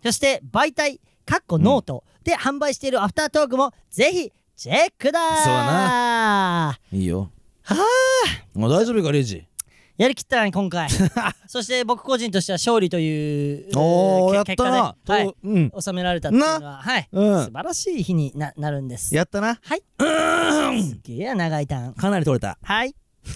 Speaker 1: そして媒体かっこノートで販売しているアフタートークもぜひチェックだ
Speaker 2: そうだ
Speaker 1: ない
Speaker 2: いよはあ大丈夫かレイジ
Speaker 1: やりきったね今 回そして僕個人としては勝利という
Speaker 2: おお
Speaker 1: け
Speaker 2: やった
Speaker 1: 結果
Speaker 2: な
Speaker 1: で、は
Speaker 2: とうん
Speaker 1: い、収められたっていうのは、はい
Speaker 2: うん
Speaker 1: 素晴らしい日にななるんです
Speaker 2: やったな
Speaker 1: はいすっげえや長いターン
Speaker 2: かなり取れた
Speaker 1: はい。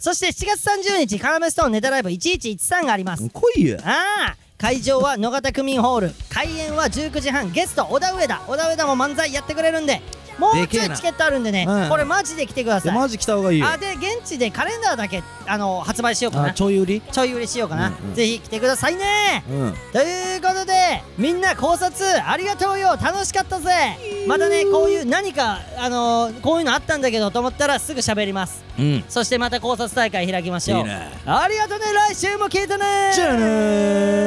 Speaker 1: そして7月30日、カラメストーンネタライブ1113があります。
Speaker 2: 来いよ
Speaker 1: ああ会場は野方区民ホール開演は19時半ゲスト小田上田小田上田も漫才やってくれるんでもう
Speaker 2: でけ
Speaker 1: ちょ
Speaker 2: え
Speaker 1: い
Speaker 2: な
Speaker 1: チケットあるんでね
Speaker 2: うん
Speaker 1: これマジで来てくだ
Speaker 2: いや
Speaker 1: さい
Speaker 2: マジ来た方がいいよ
Speaker 1: あで現地でカレンダーだけあの発売しようか
Speaker 2: あ
Speaker 1: なち
Speaker 2: ちょい売り
Speaker 1: ょい売りしようかな、
Speaker 2: うんうん
Speaker 1: ぜひ来てくださいね
Speaker 2: うん
Speaker 1: ということでみんな考察ありがとうよ楽しかったぜまたねこういう何かあのこういうのあったんだけどと思ったらすぐ喋ります
Speaker 2: うんい
Speaker 1: そしてまた考察大会開きましょう
Speaker 2: いね
Speaker 1: ありがとうね来週も聞いてね
Speaker 2: じゃあね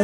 Speaker 2: ー